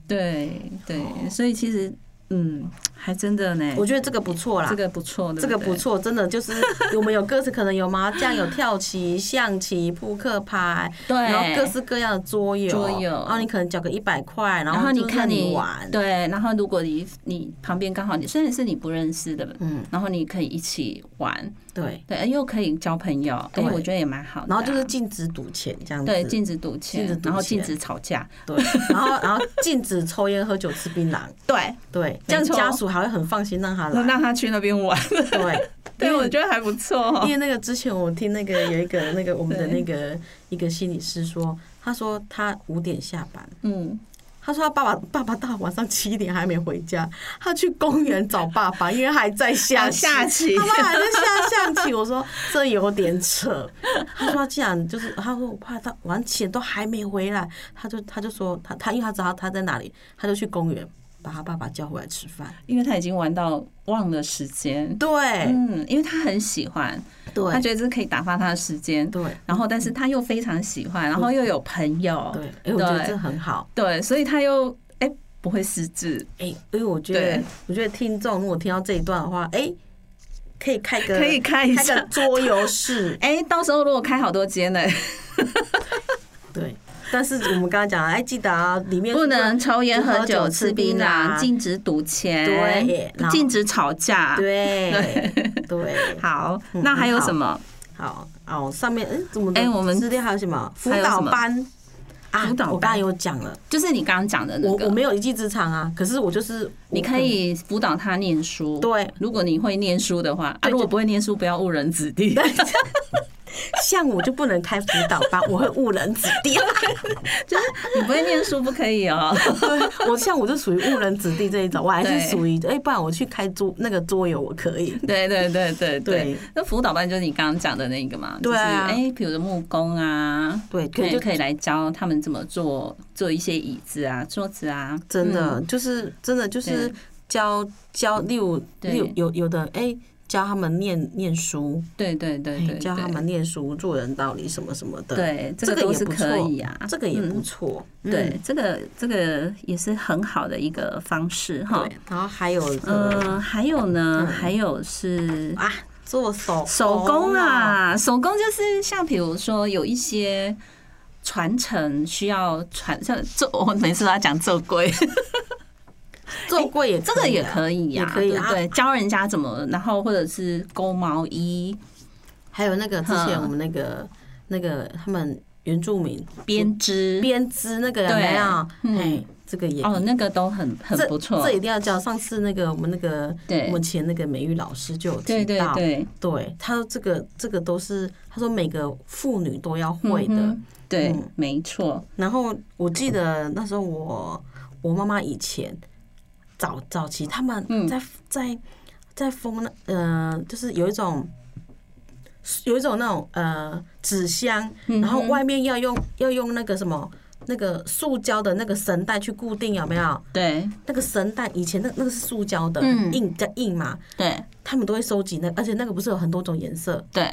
对对，所以其实嗯，还真的呢，
哦我觉得这个不错啦
这。个不错，对
这
不
个不
对，
错，真的就是 我们有各式，可能有麻将、有跳棋、象棋、扑克牌，
对，
然后各式各样的桌游，
桌游
然后你可能缴个一百块，然
然
后
后
就
看
任
你
玩，
对，然后如果你你旁边刚好你虽然是你不认识的，
嗯，
然后你可以一起玩，
对，
对，又可以交朋友，哎，
对
我觉得也蛮好的啊。
然后就是禁止赌钱这样子，
对禁止赌钱，
禁止赌
然后禁
钱
止吵架，
对，然后然后禁止抽烟、喝酒、吃槟榔，
对，
对，这样
没错
家属还会很放心让他来。
让他去那边玩。
对，
对，我觉得还不错
因
哦。
为那个之前我听那个有一个那个我们的
对
那个一个心理师说，他说他五点下班，
嗯，
他说他爸爸爸爸到晚上七点还没回家，他去公园找爸爸，因为还在下
哦下棋
他妈还在下象棋。我说这有点扯。他说他既然就是，他说我怕他晚起都还没回来，他就他就说他他因为他知道他在哪里，他就去公园把他爸爸叫回来吃饭。
因为他已经玩到忘了时间。
对、
嗯，因为他很喜欢，他
对
觉得这可以打发他的时间。
对
然后，但是他又非常喜欢，然后又有朋友，
对，哎、我觉得
对
这很好。
对，所以他又哎、不会失智，
哎、因为我觉得
对
我觉得听众如果听到这一段的话，哎、可以开个
可以开一
开
下
个桌游 室。
哎、到时候如果开好多间呢，
对，但是我们刚刚讲了，哎，记得啊，里面
不能抽烟、
不能
喝酒、吃槟
啊
榔，禁止赌钱
对，然后
禁止吵架。，
对对，
啊好，
嗯
那还有
好
什么？
好哦，上面嗯，怎么的
哎我们
资料还有什么辅
还有
导
什么
班啊？
辅导
我刚刚
班
有讲了，
就是你刚刚讲的那
我
个，
我没有一技之长啊，可是我就是
你可。以辅导他念书。
对
如果你会念书的话，啊，
对
如果不会念书，不要误人子 弟。
我 像我就不能开辅导班，我会误人子弟。
你不会念书不可以哦。
我像我就属于误人子弟这一种，我还是
对
属于哎，不然我去开桌那个桌游我可以。
对对对对
对
对，那辅导班就是你刚刚讲的那个嘛，
对啊
就是哎，比如说木工啊，
对可
可
以
以
就
可以来教他们怎么做做一些椅子啊、桌子啊，
真的、
嗯
就是真的就是
对
教教，例如
对
例如有有的哎、教他们念念书，
对对对
哎
对，
教他
对
们念书、做人道理什么什么的，
对这个
这个
都
也
是
不
可
错
以啊，
这个也不
嗯
错，嗯
对，这个这个也是很好的一个方式哈。
对。然后还有呃嗯
呃，还有呢，还有是
啊，做手
手工
啊，
啊，手工就是像比如说有一些传承需要传，像做我每次都要讲做龟，
做过也
这个也
以啊，
可以呀、
也可以
对不对？教人家怎么，然后或者是勾毛衣、
还有那个之前
嗯
我们那个那个他们原住民
编织，
编织那个有
对
没有？
嗯
哎，这个也
哦，那个都很很
这
不错
这，一定要教。上次那个我们那个
对
我们前那个美育老师就有提
对对
到，
对
对，他说这个这个都是他说每个妇女都要会
嗯
的
哼。对，
嗯
没错，
然后我记得那时候我我妈妈以前早早期他们
嗯
在、在在封那呃，就是有一种。有一种那种呃纸箱，
嗯
然后外面要用要用那个什么那个塑胶的那个绳带去固定，有没有？
对
那个绳带以前那那个是塑胶的，
嗯
硬比较硬嘛，
对
他们都会收集那个而且那个不是有很多种颜色，
对，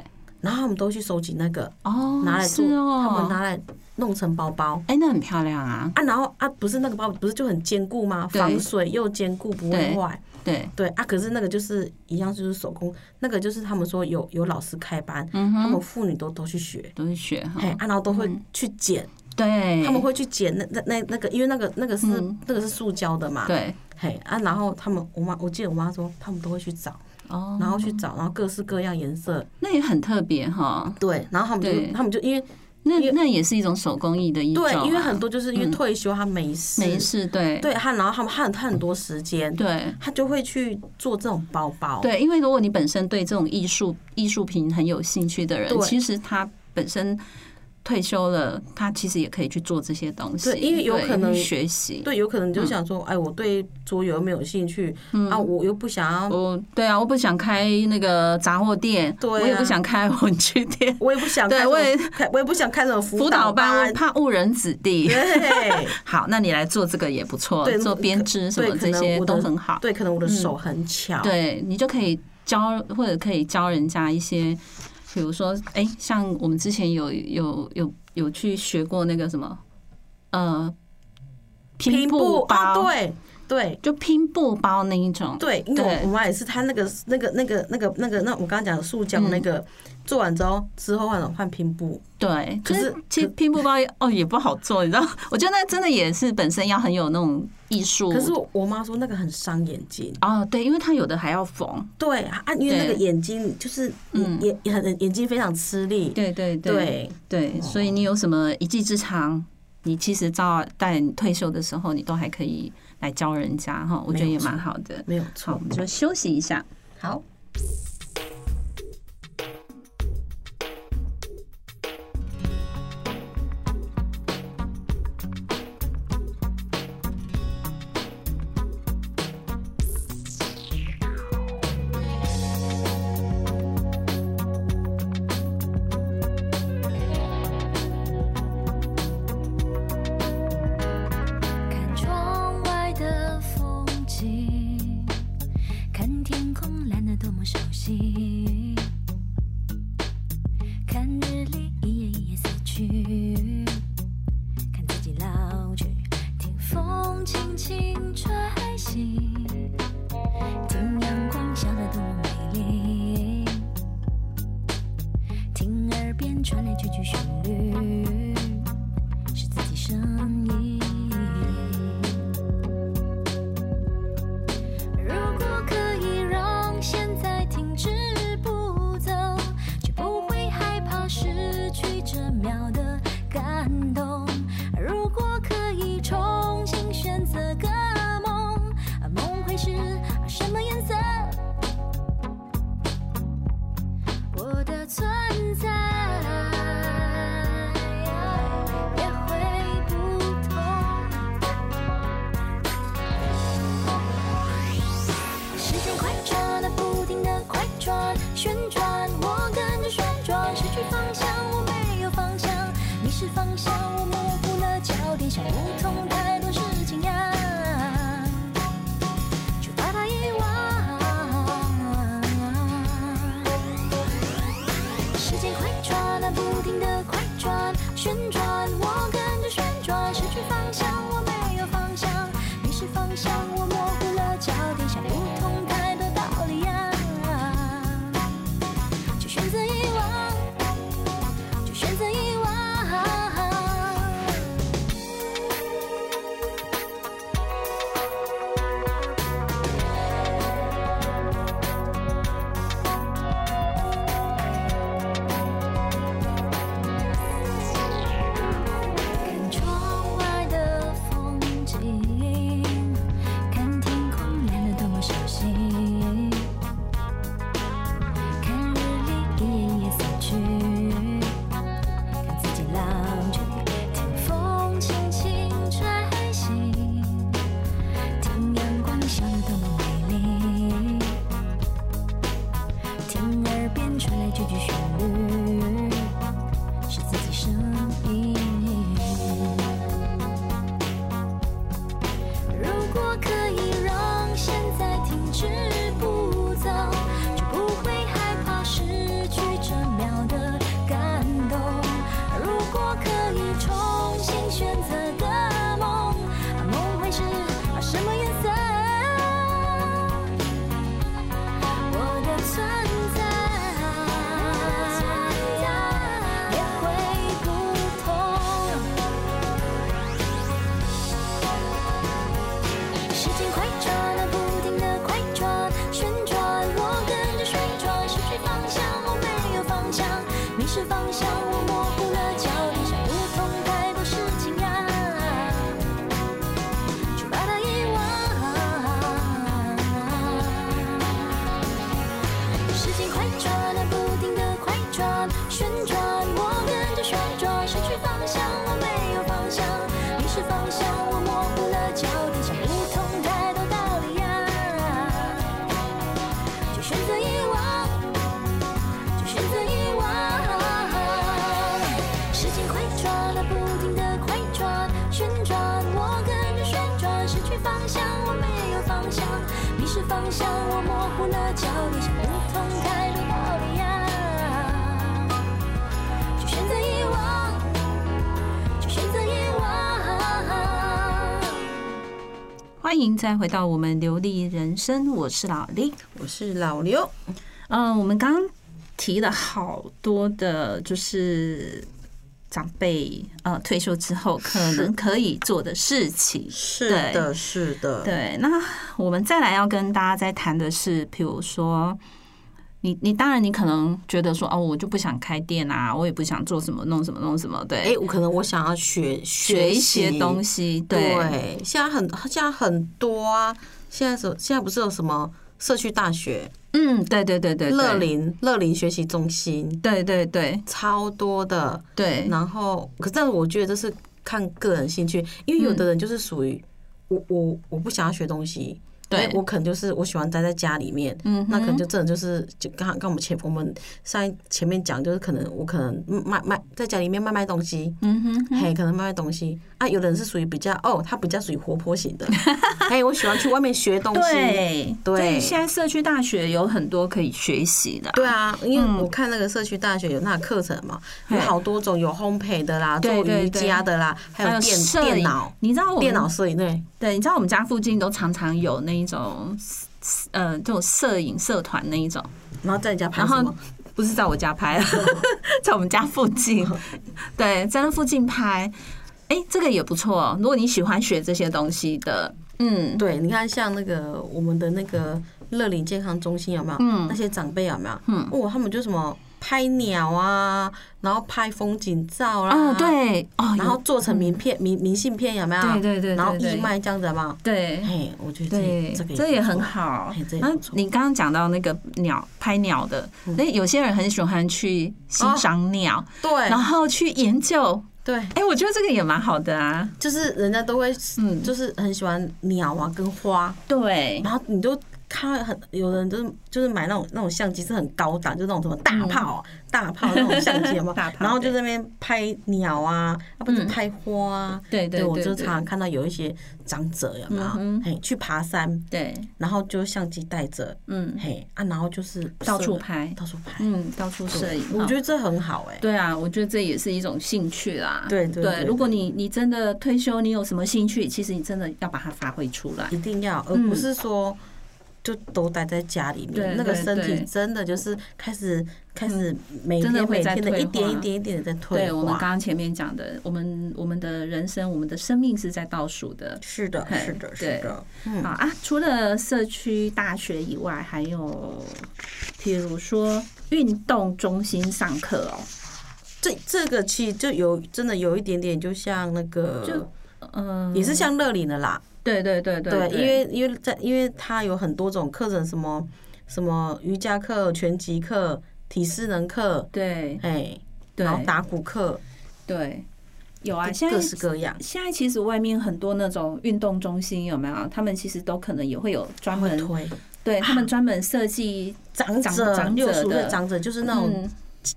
然后他们都会去收集那个，
哦，
拿来做，
是
他们
哦，
拿来弄成包包
哎，那很漂亮啊，
啊，然后啊，不是那个包不是就很坚固吗？
对
防水又坚固，不会
对
坏。
对，
对啊，可是那个就是一样，就是手工，那个就是他们说有有老师开班，
嗯
他们
哼，哦嗯
妇女都都去学。
都是学哈
哎，，啊，然后都会去剪，
对，
他们会去剪那那那那个，因为那个那个是
嗯
那个是塑胶的嘛，
对，
嘿啊，然后他们我妈我记得我妈说他们都会去找，
哦，
然后去找，然后各式各样颜色，
那也很特别哈，
对，然后他们就
对
他们就因为
那
因为
那也是一种手工艺的一种啊、
对，因为很多就是因为
嗯
退休他没事，
没事，对
对他，然后他们他很他很多时间，
对
他就会去做这种包包，
对，因为如果你本身对这种艺术艺术品很有兴趣的人，
对
其实他本身退休了，他其实也可以去做这些东西，
对因为有
对
可能
学习。
对，有可
嗯
能就想说，哎，我对桌游没有兴趣啊，我又不想要，
我对啊，我不想开那个杂货店，
对啊
我也不想开文具店、
我也不想
对
开什么
我也
开， 我也不想开什么
辅
辅
导班，
班
我，怕误人子弟。
对
好，那你来做这个也不错
对，
哦做编织什
对
么
可
这
能
些
我的
都很好。嗯
对，可能我的手很巧，
对你就可以教或者可以教人家一些，比如说，哎、像我们之前有有有有去学过那个什么，呃，
拼布
布
啊，
包，，
对对。
就拼布包那一种，
对，因为
对
我我妈也是，她那个那个那个那个那个那我刚刚讲的塑胶那
嗯
个，做完之后之后换了换拼布，
对，
可
可
是
是其实拼布包也哦也不好做，你知道， 我觉得那真的也是本身要很有那种艺术，
可是我妈说那个很伤眼睛。
哦，对，因为它有的还要缝，
对啊，因为那个
对
眼睛就是
嗯
眼眼很眼睛非常吃力。
对对
对
对，所以你有什么一技之长，你其实到在你退休的时候，你都还可以来教人家哈，我觉得
没有
也
错
蛮好的。
没有
好，我
错
们。就休息一下。好，
看窗外的风景，看天空蓝得多么熟悉，看日历一页一页撕去，看自己老去，听风轻轻吹醒，听阳光笑得多么美丽，听耳边传来句句旋律。是自己声音。如果可以让现在停止不走，就不会害怕失去这秒的感动。如果可以重新选择个梦，啊梦会是啊什么颜色？我的存在。是方向，我模糊了焦点，想一通太多道理呀，就选择遗忘，就选择遗忘。时间快转啊，不停的快转，旋转，我跟着旋转，失去方向，我没有方向，迷失方向，我模糊了焦点，想不通太多道理呀，就选择遗忘。就选择遗忘。
欢迎再回到我们流利人生，我是老李。
我是老刘，
嗯，我们刚刚提了好多的，就是长辈呃退休之后可能可以做的事情。
是
对
的，是的，
对，那我们再来要跟大家再谈的是，比如说，你你当然你可能觉得说，哦，我就不想开店啊，我也不想做什么弄什么弄什么，对，
哎、我可能我想要学
学一些东
西，
西，对，
对，现在很现在很多啊，现在什现在不是有什么社区大学、
嗯，对对对对，对
乐，龄乐龄学习中心，
对对对
超多的，
对，
然后，可但是我觉得这是看个人兴趣，因为有的人就是属于、我我我不想要学东
嗯
西，
对
哎我可能就是我喜欢待在家里面，
嗯哼
那可能就真的就是就刚刚我们前我们上一前面讲，就是可能我可能卖卖在家里面卖卖东西。
嗯哼哼，
嘿，可能卖卖东西啊，有的人是属于比较哦，他比较属于活泼 型的，嘿，我喜欢去外面学东西，
对
对
所以现在社区大学有很多可以学习的，
对啊，因为我看那个社区大学有那个课程嘛，有
嗯嘿
好多种，有烘焙的啦，
对
做
对
瑜
对
伽的啦，还有电
摄影
电脑，
你知道我们
电脑摄影对，
对，你知道我们家附近都常常有那一种，呃，这种摄影社团那一种，
然后在你家拍
然
什
后
么？
不是在我家拍， 在我们家附 近，对，在那附近拍，哎、这个也不错。如果你喜欢学这些东西的，嗯，
对，你看像那个我们的那个乐龄健康中心有没有？
嗯
那些长辈有没有？
嗯
哦，他们就什么拍鸟啊，然后拍风景照啦，
啊，，对，哦，
然后
有
做成名片、明明信片有没有？
对对对
然后
对对
义卖这样子有没有？
对。
嘿，我觉得
对，
这个
这也嗯
不错
很。好
嘿这。也
那
不错
你刚刚讲到那个鸟拍鸟的，那有些人很喜欢去欣赏鸟，然
对
后去研究。
对，
哎，我觉得这个也蛮好的啊。
就是人家都会，
嗯
就是很喜欢鸟啊跟花，
对，
然后你就看到很有人就是就是买那种那种相机是很高档，就那种什么大炮啊、大炮那种相机嘛
嗯 大炮，
然后就在那边拍鸟啊，要不就
嗯
拍花啊。
对对
对，我
对
就
对
常常看到有一些长者有没
嗯哼
有？嘿，去爬山，
对，
然后就相机带着，
嗯，
嘿啊，然后就是
到处
摄
拍
到处拍。
嗯，到处摄影，
我
哦
觉得这很好哎。
对啊，我觉得这也是一种兴趣啦。
对对对
如果你你真的退休，你有什么兴趣，其实你真的要把它发挥出来
一。定
嗯
要，而不是说就都待在家里
对
面，那个
对
身体
对嗯
真的就是开始开始每
真的
天
会
每
在
天的
退
一点
化
一点一点的在退化。
对我们刚刚前面讲的，我们我们的人生，我们的生命是在倒数的。
是的，
嘿
是的，是
对
的，
好啊，除了社区大学以外，还有比如说运动中心上课哦，
这这个其实就有真的有一点点，就像那个
就。嗯，
也是像乐龄的啦，
对对对
对，
对，
因为因为在因为它有很多种课程，什么什么瑜伽课、拳击课、体适能课，
对
哎，
对
然后打鼓课，
对有啊，现在
各式各样，
现在其实外面很多那种运动中心有没有？他们其实都可能也会有专
会
门，
推
对他们专门设计，
长
长
者
长
六
者
十岁
的
长者就是那种
嗯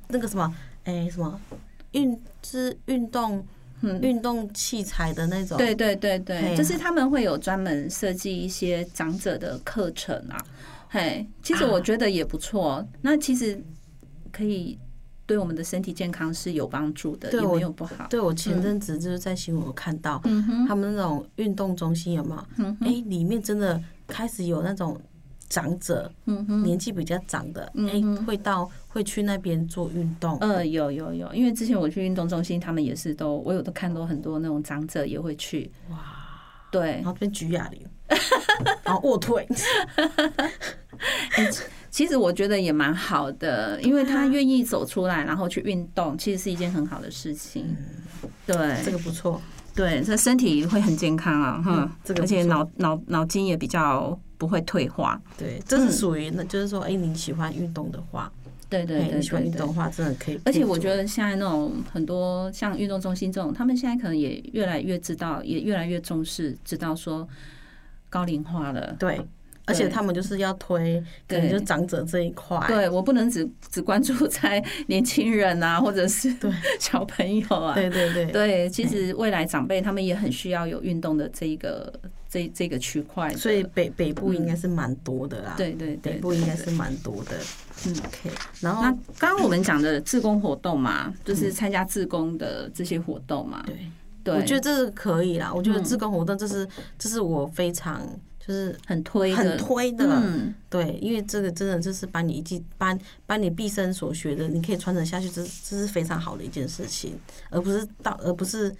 那个什么，哎、什么运之运动
嗯，
运动器材的那种，
对对对对，
嘿
就是他们会有专门设计一些长者的课程啊。嘿，其实我觉得也不错。那其实可以对我们的身体健康是有帮助的，
对
也
我
没有不好。
对我前阵子就是在新闻有看到，
嗯哼，
他们那种运动中心有没有？哎、
嗯哼，
里面真的开始有那种长者，
嗯哼。
年纪比较长的，哎、
嗯哼
会到会去那边做运动。
呃，有有有，因为之前我去运动中心，他们也是都，我有都看到很多那种长者也会去。哇，对
然，后这边举哑铃， 然后卧推，
其实我觉得也蛮好的，因为
嗯
他愿意走出来，然后去运动，其实是一件很好的事情。
嗯这
对
个不错。
对，这身体会很健康啊，哈、
这个
而
不
且
错
脑脑脑筋也比较不会退化。嗯
对，这是属于那，就是说，哎、你喜欢运动的话，
对对
哎
对
你喜欢
对
运
对
动的话，真的可以。
而且我
得。
觉得现在那种很多像运动中心这种，他们现在可能也越来越知道，也越来越重视，知道说高龄化了。
对，而且
对
他们就是要推，可
对
能就是长者这一块。
对我不能只只关注在年轻人啊，或者是
对
小朋友啊。
对对嗯对
对，其实未来长辈他们也很需要有运动的这一个这这个区块的。
所以北北部应该是蛮多的啦。
嗯对对对
北部应该是
对
蛮多的。
嗯
OK，
那
然后
刚刚我们讲的志工活动嘛，就是参加志工的这些活动嘛。
嗯对，
对，
我觉得这个可以啦。我觉得
嗯
志工活动，这是这是我非常就是
很推的
很推的。
嗯，
对，因为这个真的就是把你一技把把你毕生所学的，你可以传承下去，这这是非常好的一件事情，而不是到而不是。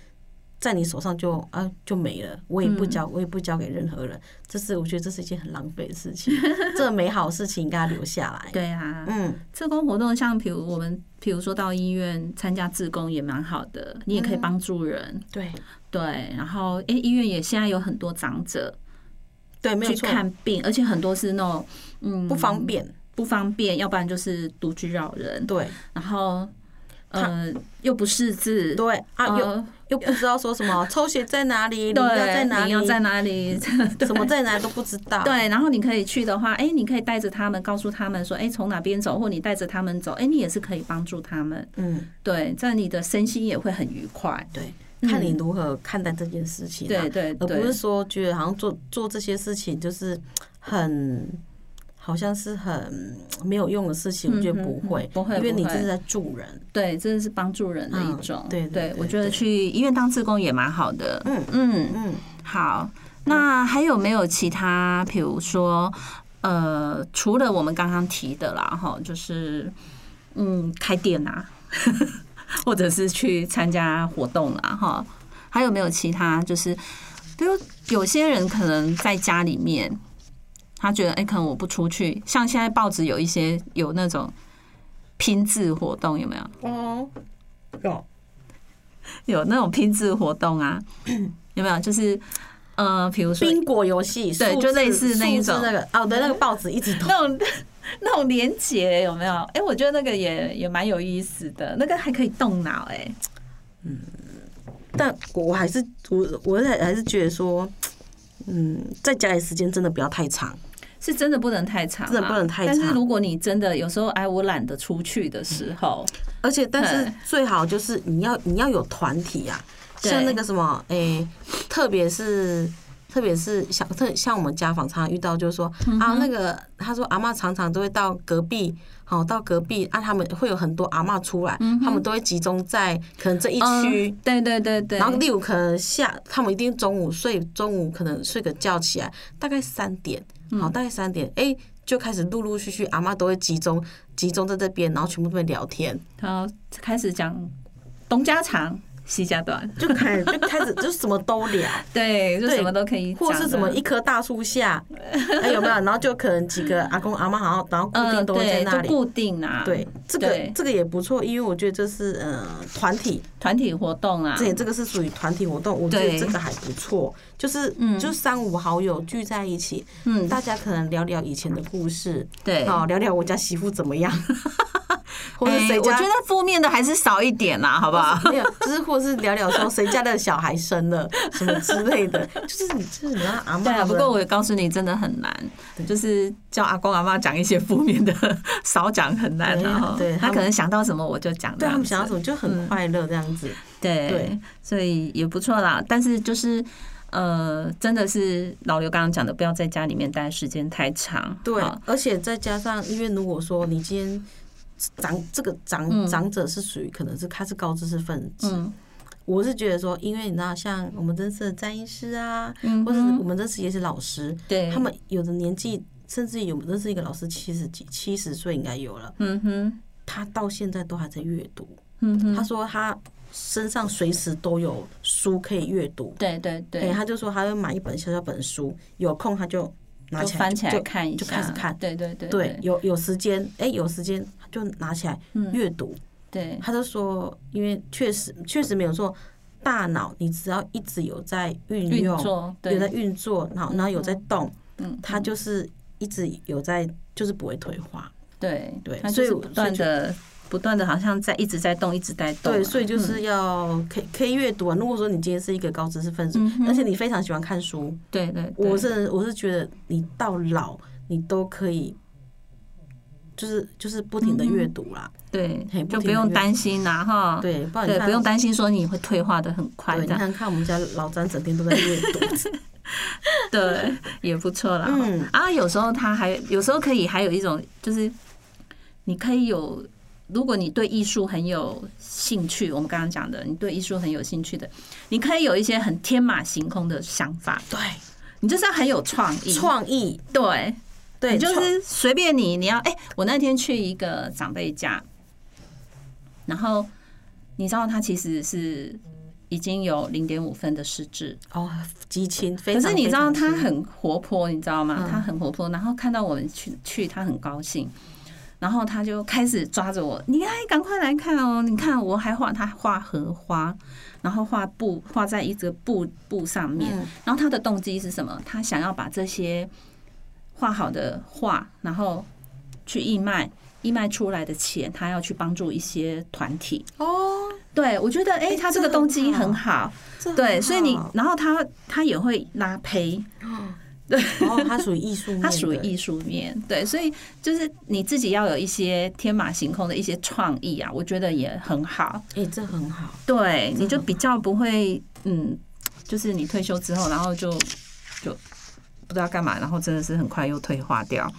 在你手上就啊就没了，我也不
嗯
交，我也不交给任何人。这是我觉得这是一件很浪费的事情，这美好的事情应该留下来。，
对啊，
嗯，
志工活动像比如我们，比如说到医院参加志工也蛮好的，你也
嗯
可以帮助人，
对
对。然后，哎、医院也现在有很多长者
对，没有
去
错，
看病，而且很多是那种嗯
不方便。
不方便，要不然就是独居老人，
对
然后呃又不识字，
对啊，又
呃
又不知道说什么抽血在哪 里，你
对，
要在哪
你
里，
要在哪 里？对
什么在哪里都不知道。
对，然后你可以去的话，哎、你可以带着他们，告诉他们说，哎、从哪边走，或你带着他们走，哎、你也是可以帮助他们。
嗯，
对，这样你的身心也会很愉快。
对，
嗯
看你如何看待这件事情、啊
对对
而不是
对，
说觉得好像做做这些事情就是很。好像是很没有用的事情，
嗯
我觉得不会
嗯，不会
因为你
不会
这是在助人。
对，这是帮助人的一种。
嗯对对对
我觉得
对
去医院当志工也蛮好的。
嗯
嗯，
嗯，
好。那还有没有其他，比如说，呃，除了我们刚刚提的啦，哈，就是嗯，开店啊， 或者是去参加活动啦，哈，还有没有其他？就是，比如有些人可能在家里面，他觉得，哎、可能我不出去，像现在报纸有一些有那种拼字活动，有没有？
哦，有
有那种拼字活动啊，有没有？就是呃，比如说
冰果游戏，
对
数字
就类似那一
数字
种嗯
那个哦，对，那个报纸一直都
那种那种连结有没有？哎、我觉得那个也也蛮有意思的，那个还可以动脑哎、
但我我还是我我还还是觉得说，嗯，在家里时间真的不要太长，
是真的不能太长、啊，
真的不能太
但是
长
如果你真的有时候哎，我懒得出去的时候，
而且但是
对
最好就是你要你要有团体啊，
对
像那个什么，诶、特别是。特别是像特像我们家访常常遇到，就是说、
嗯
啊，那个他说阿嬷常常都会到隔壁，好、到隔壁啊，他们会有很多阿嬷出来，他们都会集中在可能这一区、
嗯对对对对，
然后例如可能下，他们一定中午睡，中午可能睡个觉起来，大概三点，好，
嗯
大概三点，哎、就开始陆陆续续，阿妈都会集中集中在这边，然后全部都在聊天，
他开始讲东家长西家短，
就开始就开始就什么都聊，
对， 就
对
什么都可以讲啊
或
的，
是什么一棵大树下，哎、有没有？然后就可能几个阿公阿妈好像，然后固定
嗯，
都会在
对，
那
就
里。
固定啊，
对，这个
对
这个也不错，因为我觉得这是呃团体，
团体活动啊，
这这个是属于团体活动，我觉得
对
这个还不错，就是
嗯
就是三五好友聚在一起，
嗯
大家可能聊聊以前的故事，
对
好聊聊我家媳妇 怎么样，或者
哎
谁
我
家
觉得负面的还是少一点啦，好不好？
啊没有，就是或者是聊聊说谁家的小孩生了什么之类的，就是你就是你知道阿
对啊，
妈，
不过我告诉你，真的很难，就是叫阿公阿妈讲一些负面的，少讲很难
对啊
然后
对他
他
们
可能想到什么我就讲这
对
样子，
他们想要什么就
嗯
很快乐这样子，
对，
对
所以也不错啦。但是就是呃，真的是老刘刚刚讲的，不要在家里面待时间太长。
对
好，
而且再加上，因为如果说你今天。长这个长
嗯
长者是属于可能是他是高知识分子，
嗯
我是觉得说，因为你知道，像我们认识的詹医师啊，
嗯哼
或者是我们认识一些老师，
对
他们有的年纪，甚至有认识一个老师七十几、七十岁应该有了，
嗯哼
他到现在都还在阅读。
嗯哼，
他说他身上随时都有书可以阅读，
对对
哎，
对，
他就说他会买一本小小本书，有空他就拿
就
起来
翻起来
就
看一下，
就开始看。
对对对
对
对，嗯
有有时间，哎，有时间他就拿起来阅读。
对
他就说，因为确实确实没有错，大脑你只要一直有在运
运
用，
作
有在
对，
运作，然后然后有在动，
嗯
它就是一直有在，就是不会退化。
对
对
它
所
就
以
是
我
不断
所以
的、不断的，好像在一直在动，一直在动啊。
对，所以就
嗯
是要可以可以阅读啊。如果说你今天是一个高知识分子
嗯，哼
而且你非常喜欢看书，
对对，对
我是我是觉得你到老你都可以，就是就是不停
嗯
的阅读啦。
对
嘿，不
就
停
不
地
用
阅
担心啦哈。
对，不然你
啊对，
看
不用担心说你会退化的很快
对，
这样，
你看看我们家老詹整天都在阅 读，
对，也不错啦。
嗯
啊，有时候他还有时候可以还有一种就是，你可以有，如果你对艺术很有兴趣，我们刚刚讲的，你对艺术很有兴趣的，你可以有一些很天马行空的想法，
对，
你就是要很有创意，
创意，
对，
对，
你就
创
是随便你，你要哎、我那天去一个长辈家，然后你知道他其实是已经有零点五分的失智，
哦，激情，非
可
常
是你知道
非常
他
激
很活泼，你知道吗
嗯？
他很活泼，然后看到我们去去，他很高兴，然后他就开始抓着我，你来赶快来看哦！你看我还画他画荷花，然后画布画在一个布布上面，
嗯
然后他的动机是什么？他想要把这些画好的画，然后去义卖。义卖出来的钱，他要去帮助一些团体。
哦，
对我觉得，哎、
哎
他
这
这个
很
动机
好
很好，
这很
对，所以你
好，
然后他他也会拉胚，
哦，它属于艺 术面的，
它属于艺术面，对，所以就是你自己要有一些天马行空的一些创意啊，我觉得也很好。
哎，这很好，
对，
好
你就比较不会，嗯，就是你退休之后，然后就就不知道干嘛，然后真的是很快又退化掉。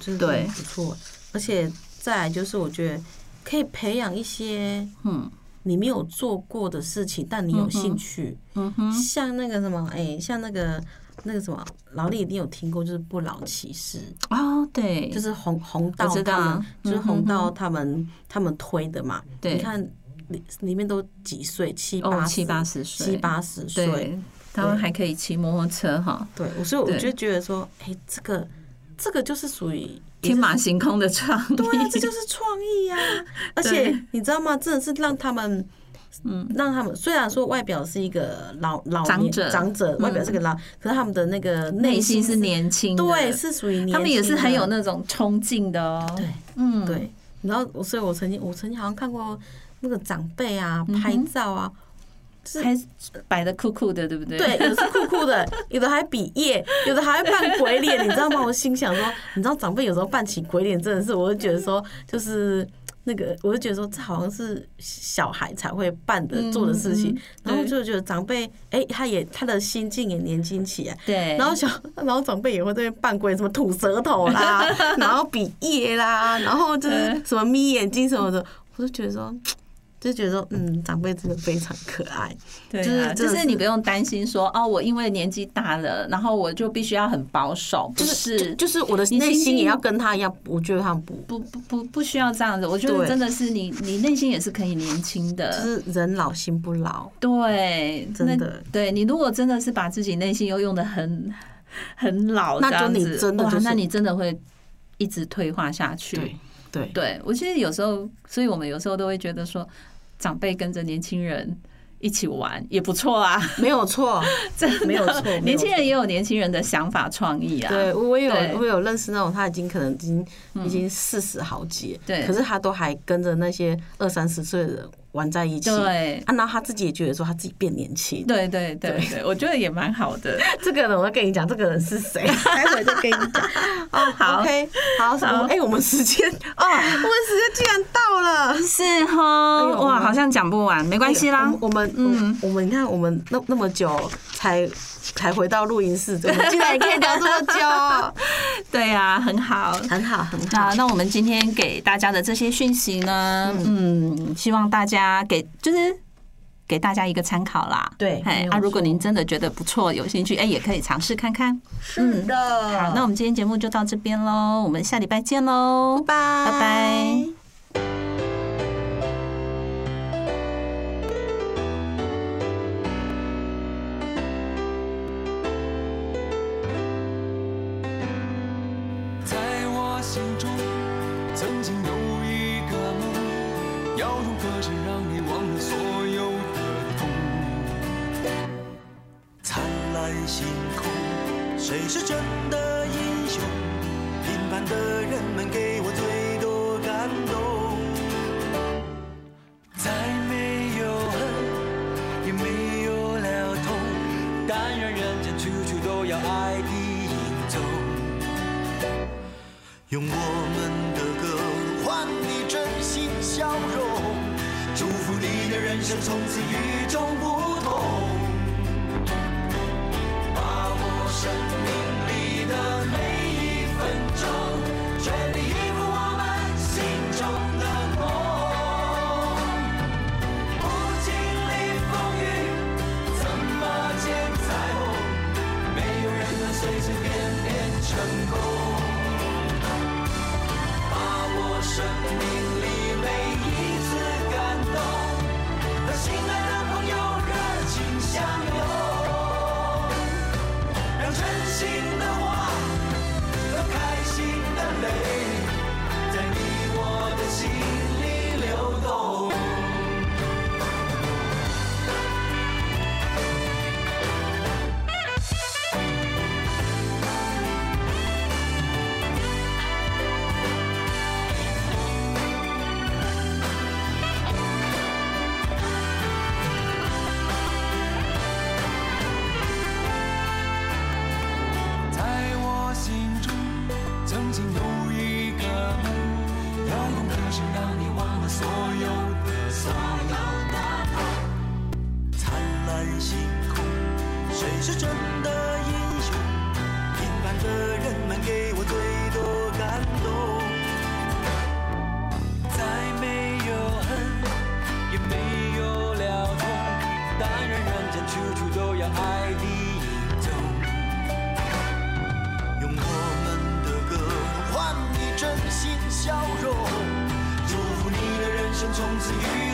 真的
对
不错。而且再来就是，我觉得可以培养一些
嗯
你没有做过的事情，但你有兴趣，
嗯哼，
像那个什么，哎、像那个那个什么，劳力一定有听过，就是不老骑士，
哦，对，
就是红红道
我知道
他们，就是
嗯哼
红道他们、他们推的嘛。
对
你看里里面都几岁，七
哦
八
七八十岁
七八十岁，
对，他们还可以骑摩托车哈，
对，我所以我
对
就觉得说，哎、这个这个就是属于
天马行空的创意。
对 啊，这就是创意呀、而且你知道吗？真的是让他们，嗯，让他们虽然说外表是一个老老
长
年
者嗯
长者，外表是个老，可是他们的那个
内
心
心是年轻的，
对，是属于年轻的
他们也是很有那种冲劲的哦。
对，
嗯，
对。然后我，所以我曾经我曾经好像看过那个长辈啊
嗯
拍照啊，是
还摆的酷酷的，对不对？
对，有的是酷酷的，有的还比耶， 有的还会扮鬼脸，你知道吗？我心想说，你知道长辈有时候扮起鬼脸，真的是，我就觉得说，就是那个，我就觉得说，这好像是小孩才会办的做的事情。然后就觉得长辈，哎、他也他的心境也年轻起来。
对，
然后小，然后长辈也会在那边扮鬼，什么吐舌头啦，然后比耶啦，然后就是什么眯眼睛什么的，我就觉得说，就觉得说，嗯，长辈真的非常可爱。
对
就是
啊，
真
就
的
是
是
你不用担心说哦，我因为年纪大了，然后我就必须要很保守，不
就是
是
就就是我的
你
内
心
心也
境
要跟他一样，我觉得他们不，
不不不不需要这样子。我觉得
对
真的是你你内心也是可以年轻
就
的，
是人老心不老，
对，
真
那
的
对你如果真的是把自己内心又用的很很老
那
这
就
样
你
子，
真的
哇
就是
那你真的会一直退化下去。
对
对，我觉得有时候，所以我们有时候都会觉得说，长辈跟着年轻人一起玩也不错啊，
没有错，
真的
没有错没有
年轻人也有年轻人的想法创意啊。
对嗯我也有
对
我也有认识那种他已经可能已经已经四十好几，
对
可是他都还跟着那些二三十岁的人玩在一起，
对
啊，然后他自己也觉得说他自己变年轻，
对对对对，我觉得也蛮好的。
这个人我要跟你讲，这个人是谁， 待会再跟你讲。 哦，
好
，OK，好，
好
哎，我们时间哦， 我们时间竟然到了。
是哈
哎呦
哇，好像讲不完，没关系啦。嗯
我们我们我们你看，我们那那么久才才回到录音室，我们竟然也可以聊这么 久，
对呀，很好。
很好很
好，那我们今天给大家的这些讯息呢，嗯，希望大家给就是给大家一个参考啦。
对没
哎，
有
啊，如果您真的觉得不错，有兴趣，哎，也可以尝试看看。嗯
是的，
好，那我们今天节目就到这边喽，我们下礼拜见喽，
拜
拜拜。
在我心中，曾经有一个梦，要用歌声让你忘了所有的痛。灿烂星空，谁是真的英雄？平凡的人们给我最多感动。再没有恨，也没有了痛，但愿人间处处都有爱的影踪。用我们的歌换你真心笑容，祝福你的人生从此与众不同。把握生命里的每一分钟，全力以赴我们心中的梦。不经历风雨，怎么见彩虹？没有人能随随便便成功。把握生命里每一次感动，和心爱的朋友热情相拥，让真心的话和开心的泪，在你我的心里流动。在我心中，曾经有一个梦，遥控歌声让你忘了所有的所有的痛。灿烂星空，谁是真的英雄？平凡的人们给我最多感动。再没有恨，也没有了痛，但愿人间处处都有爱的影踪。用我们的歌换你真心笑容，祝福你的人生从此与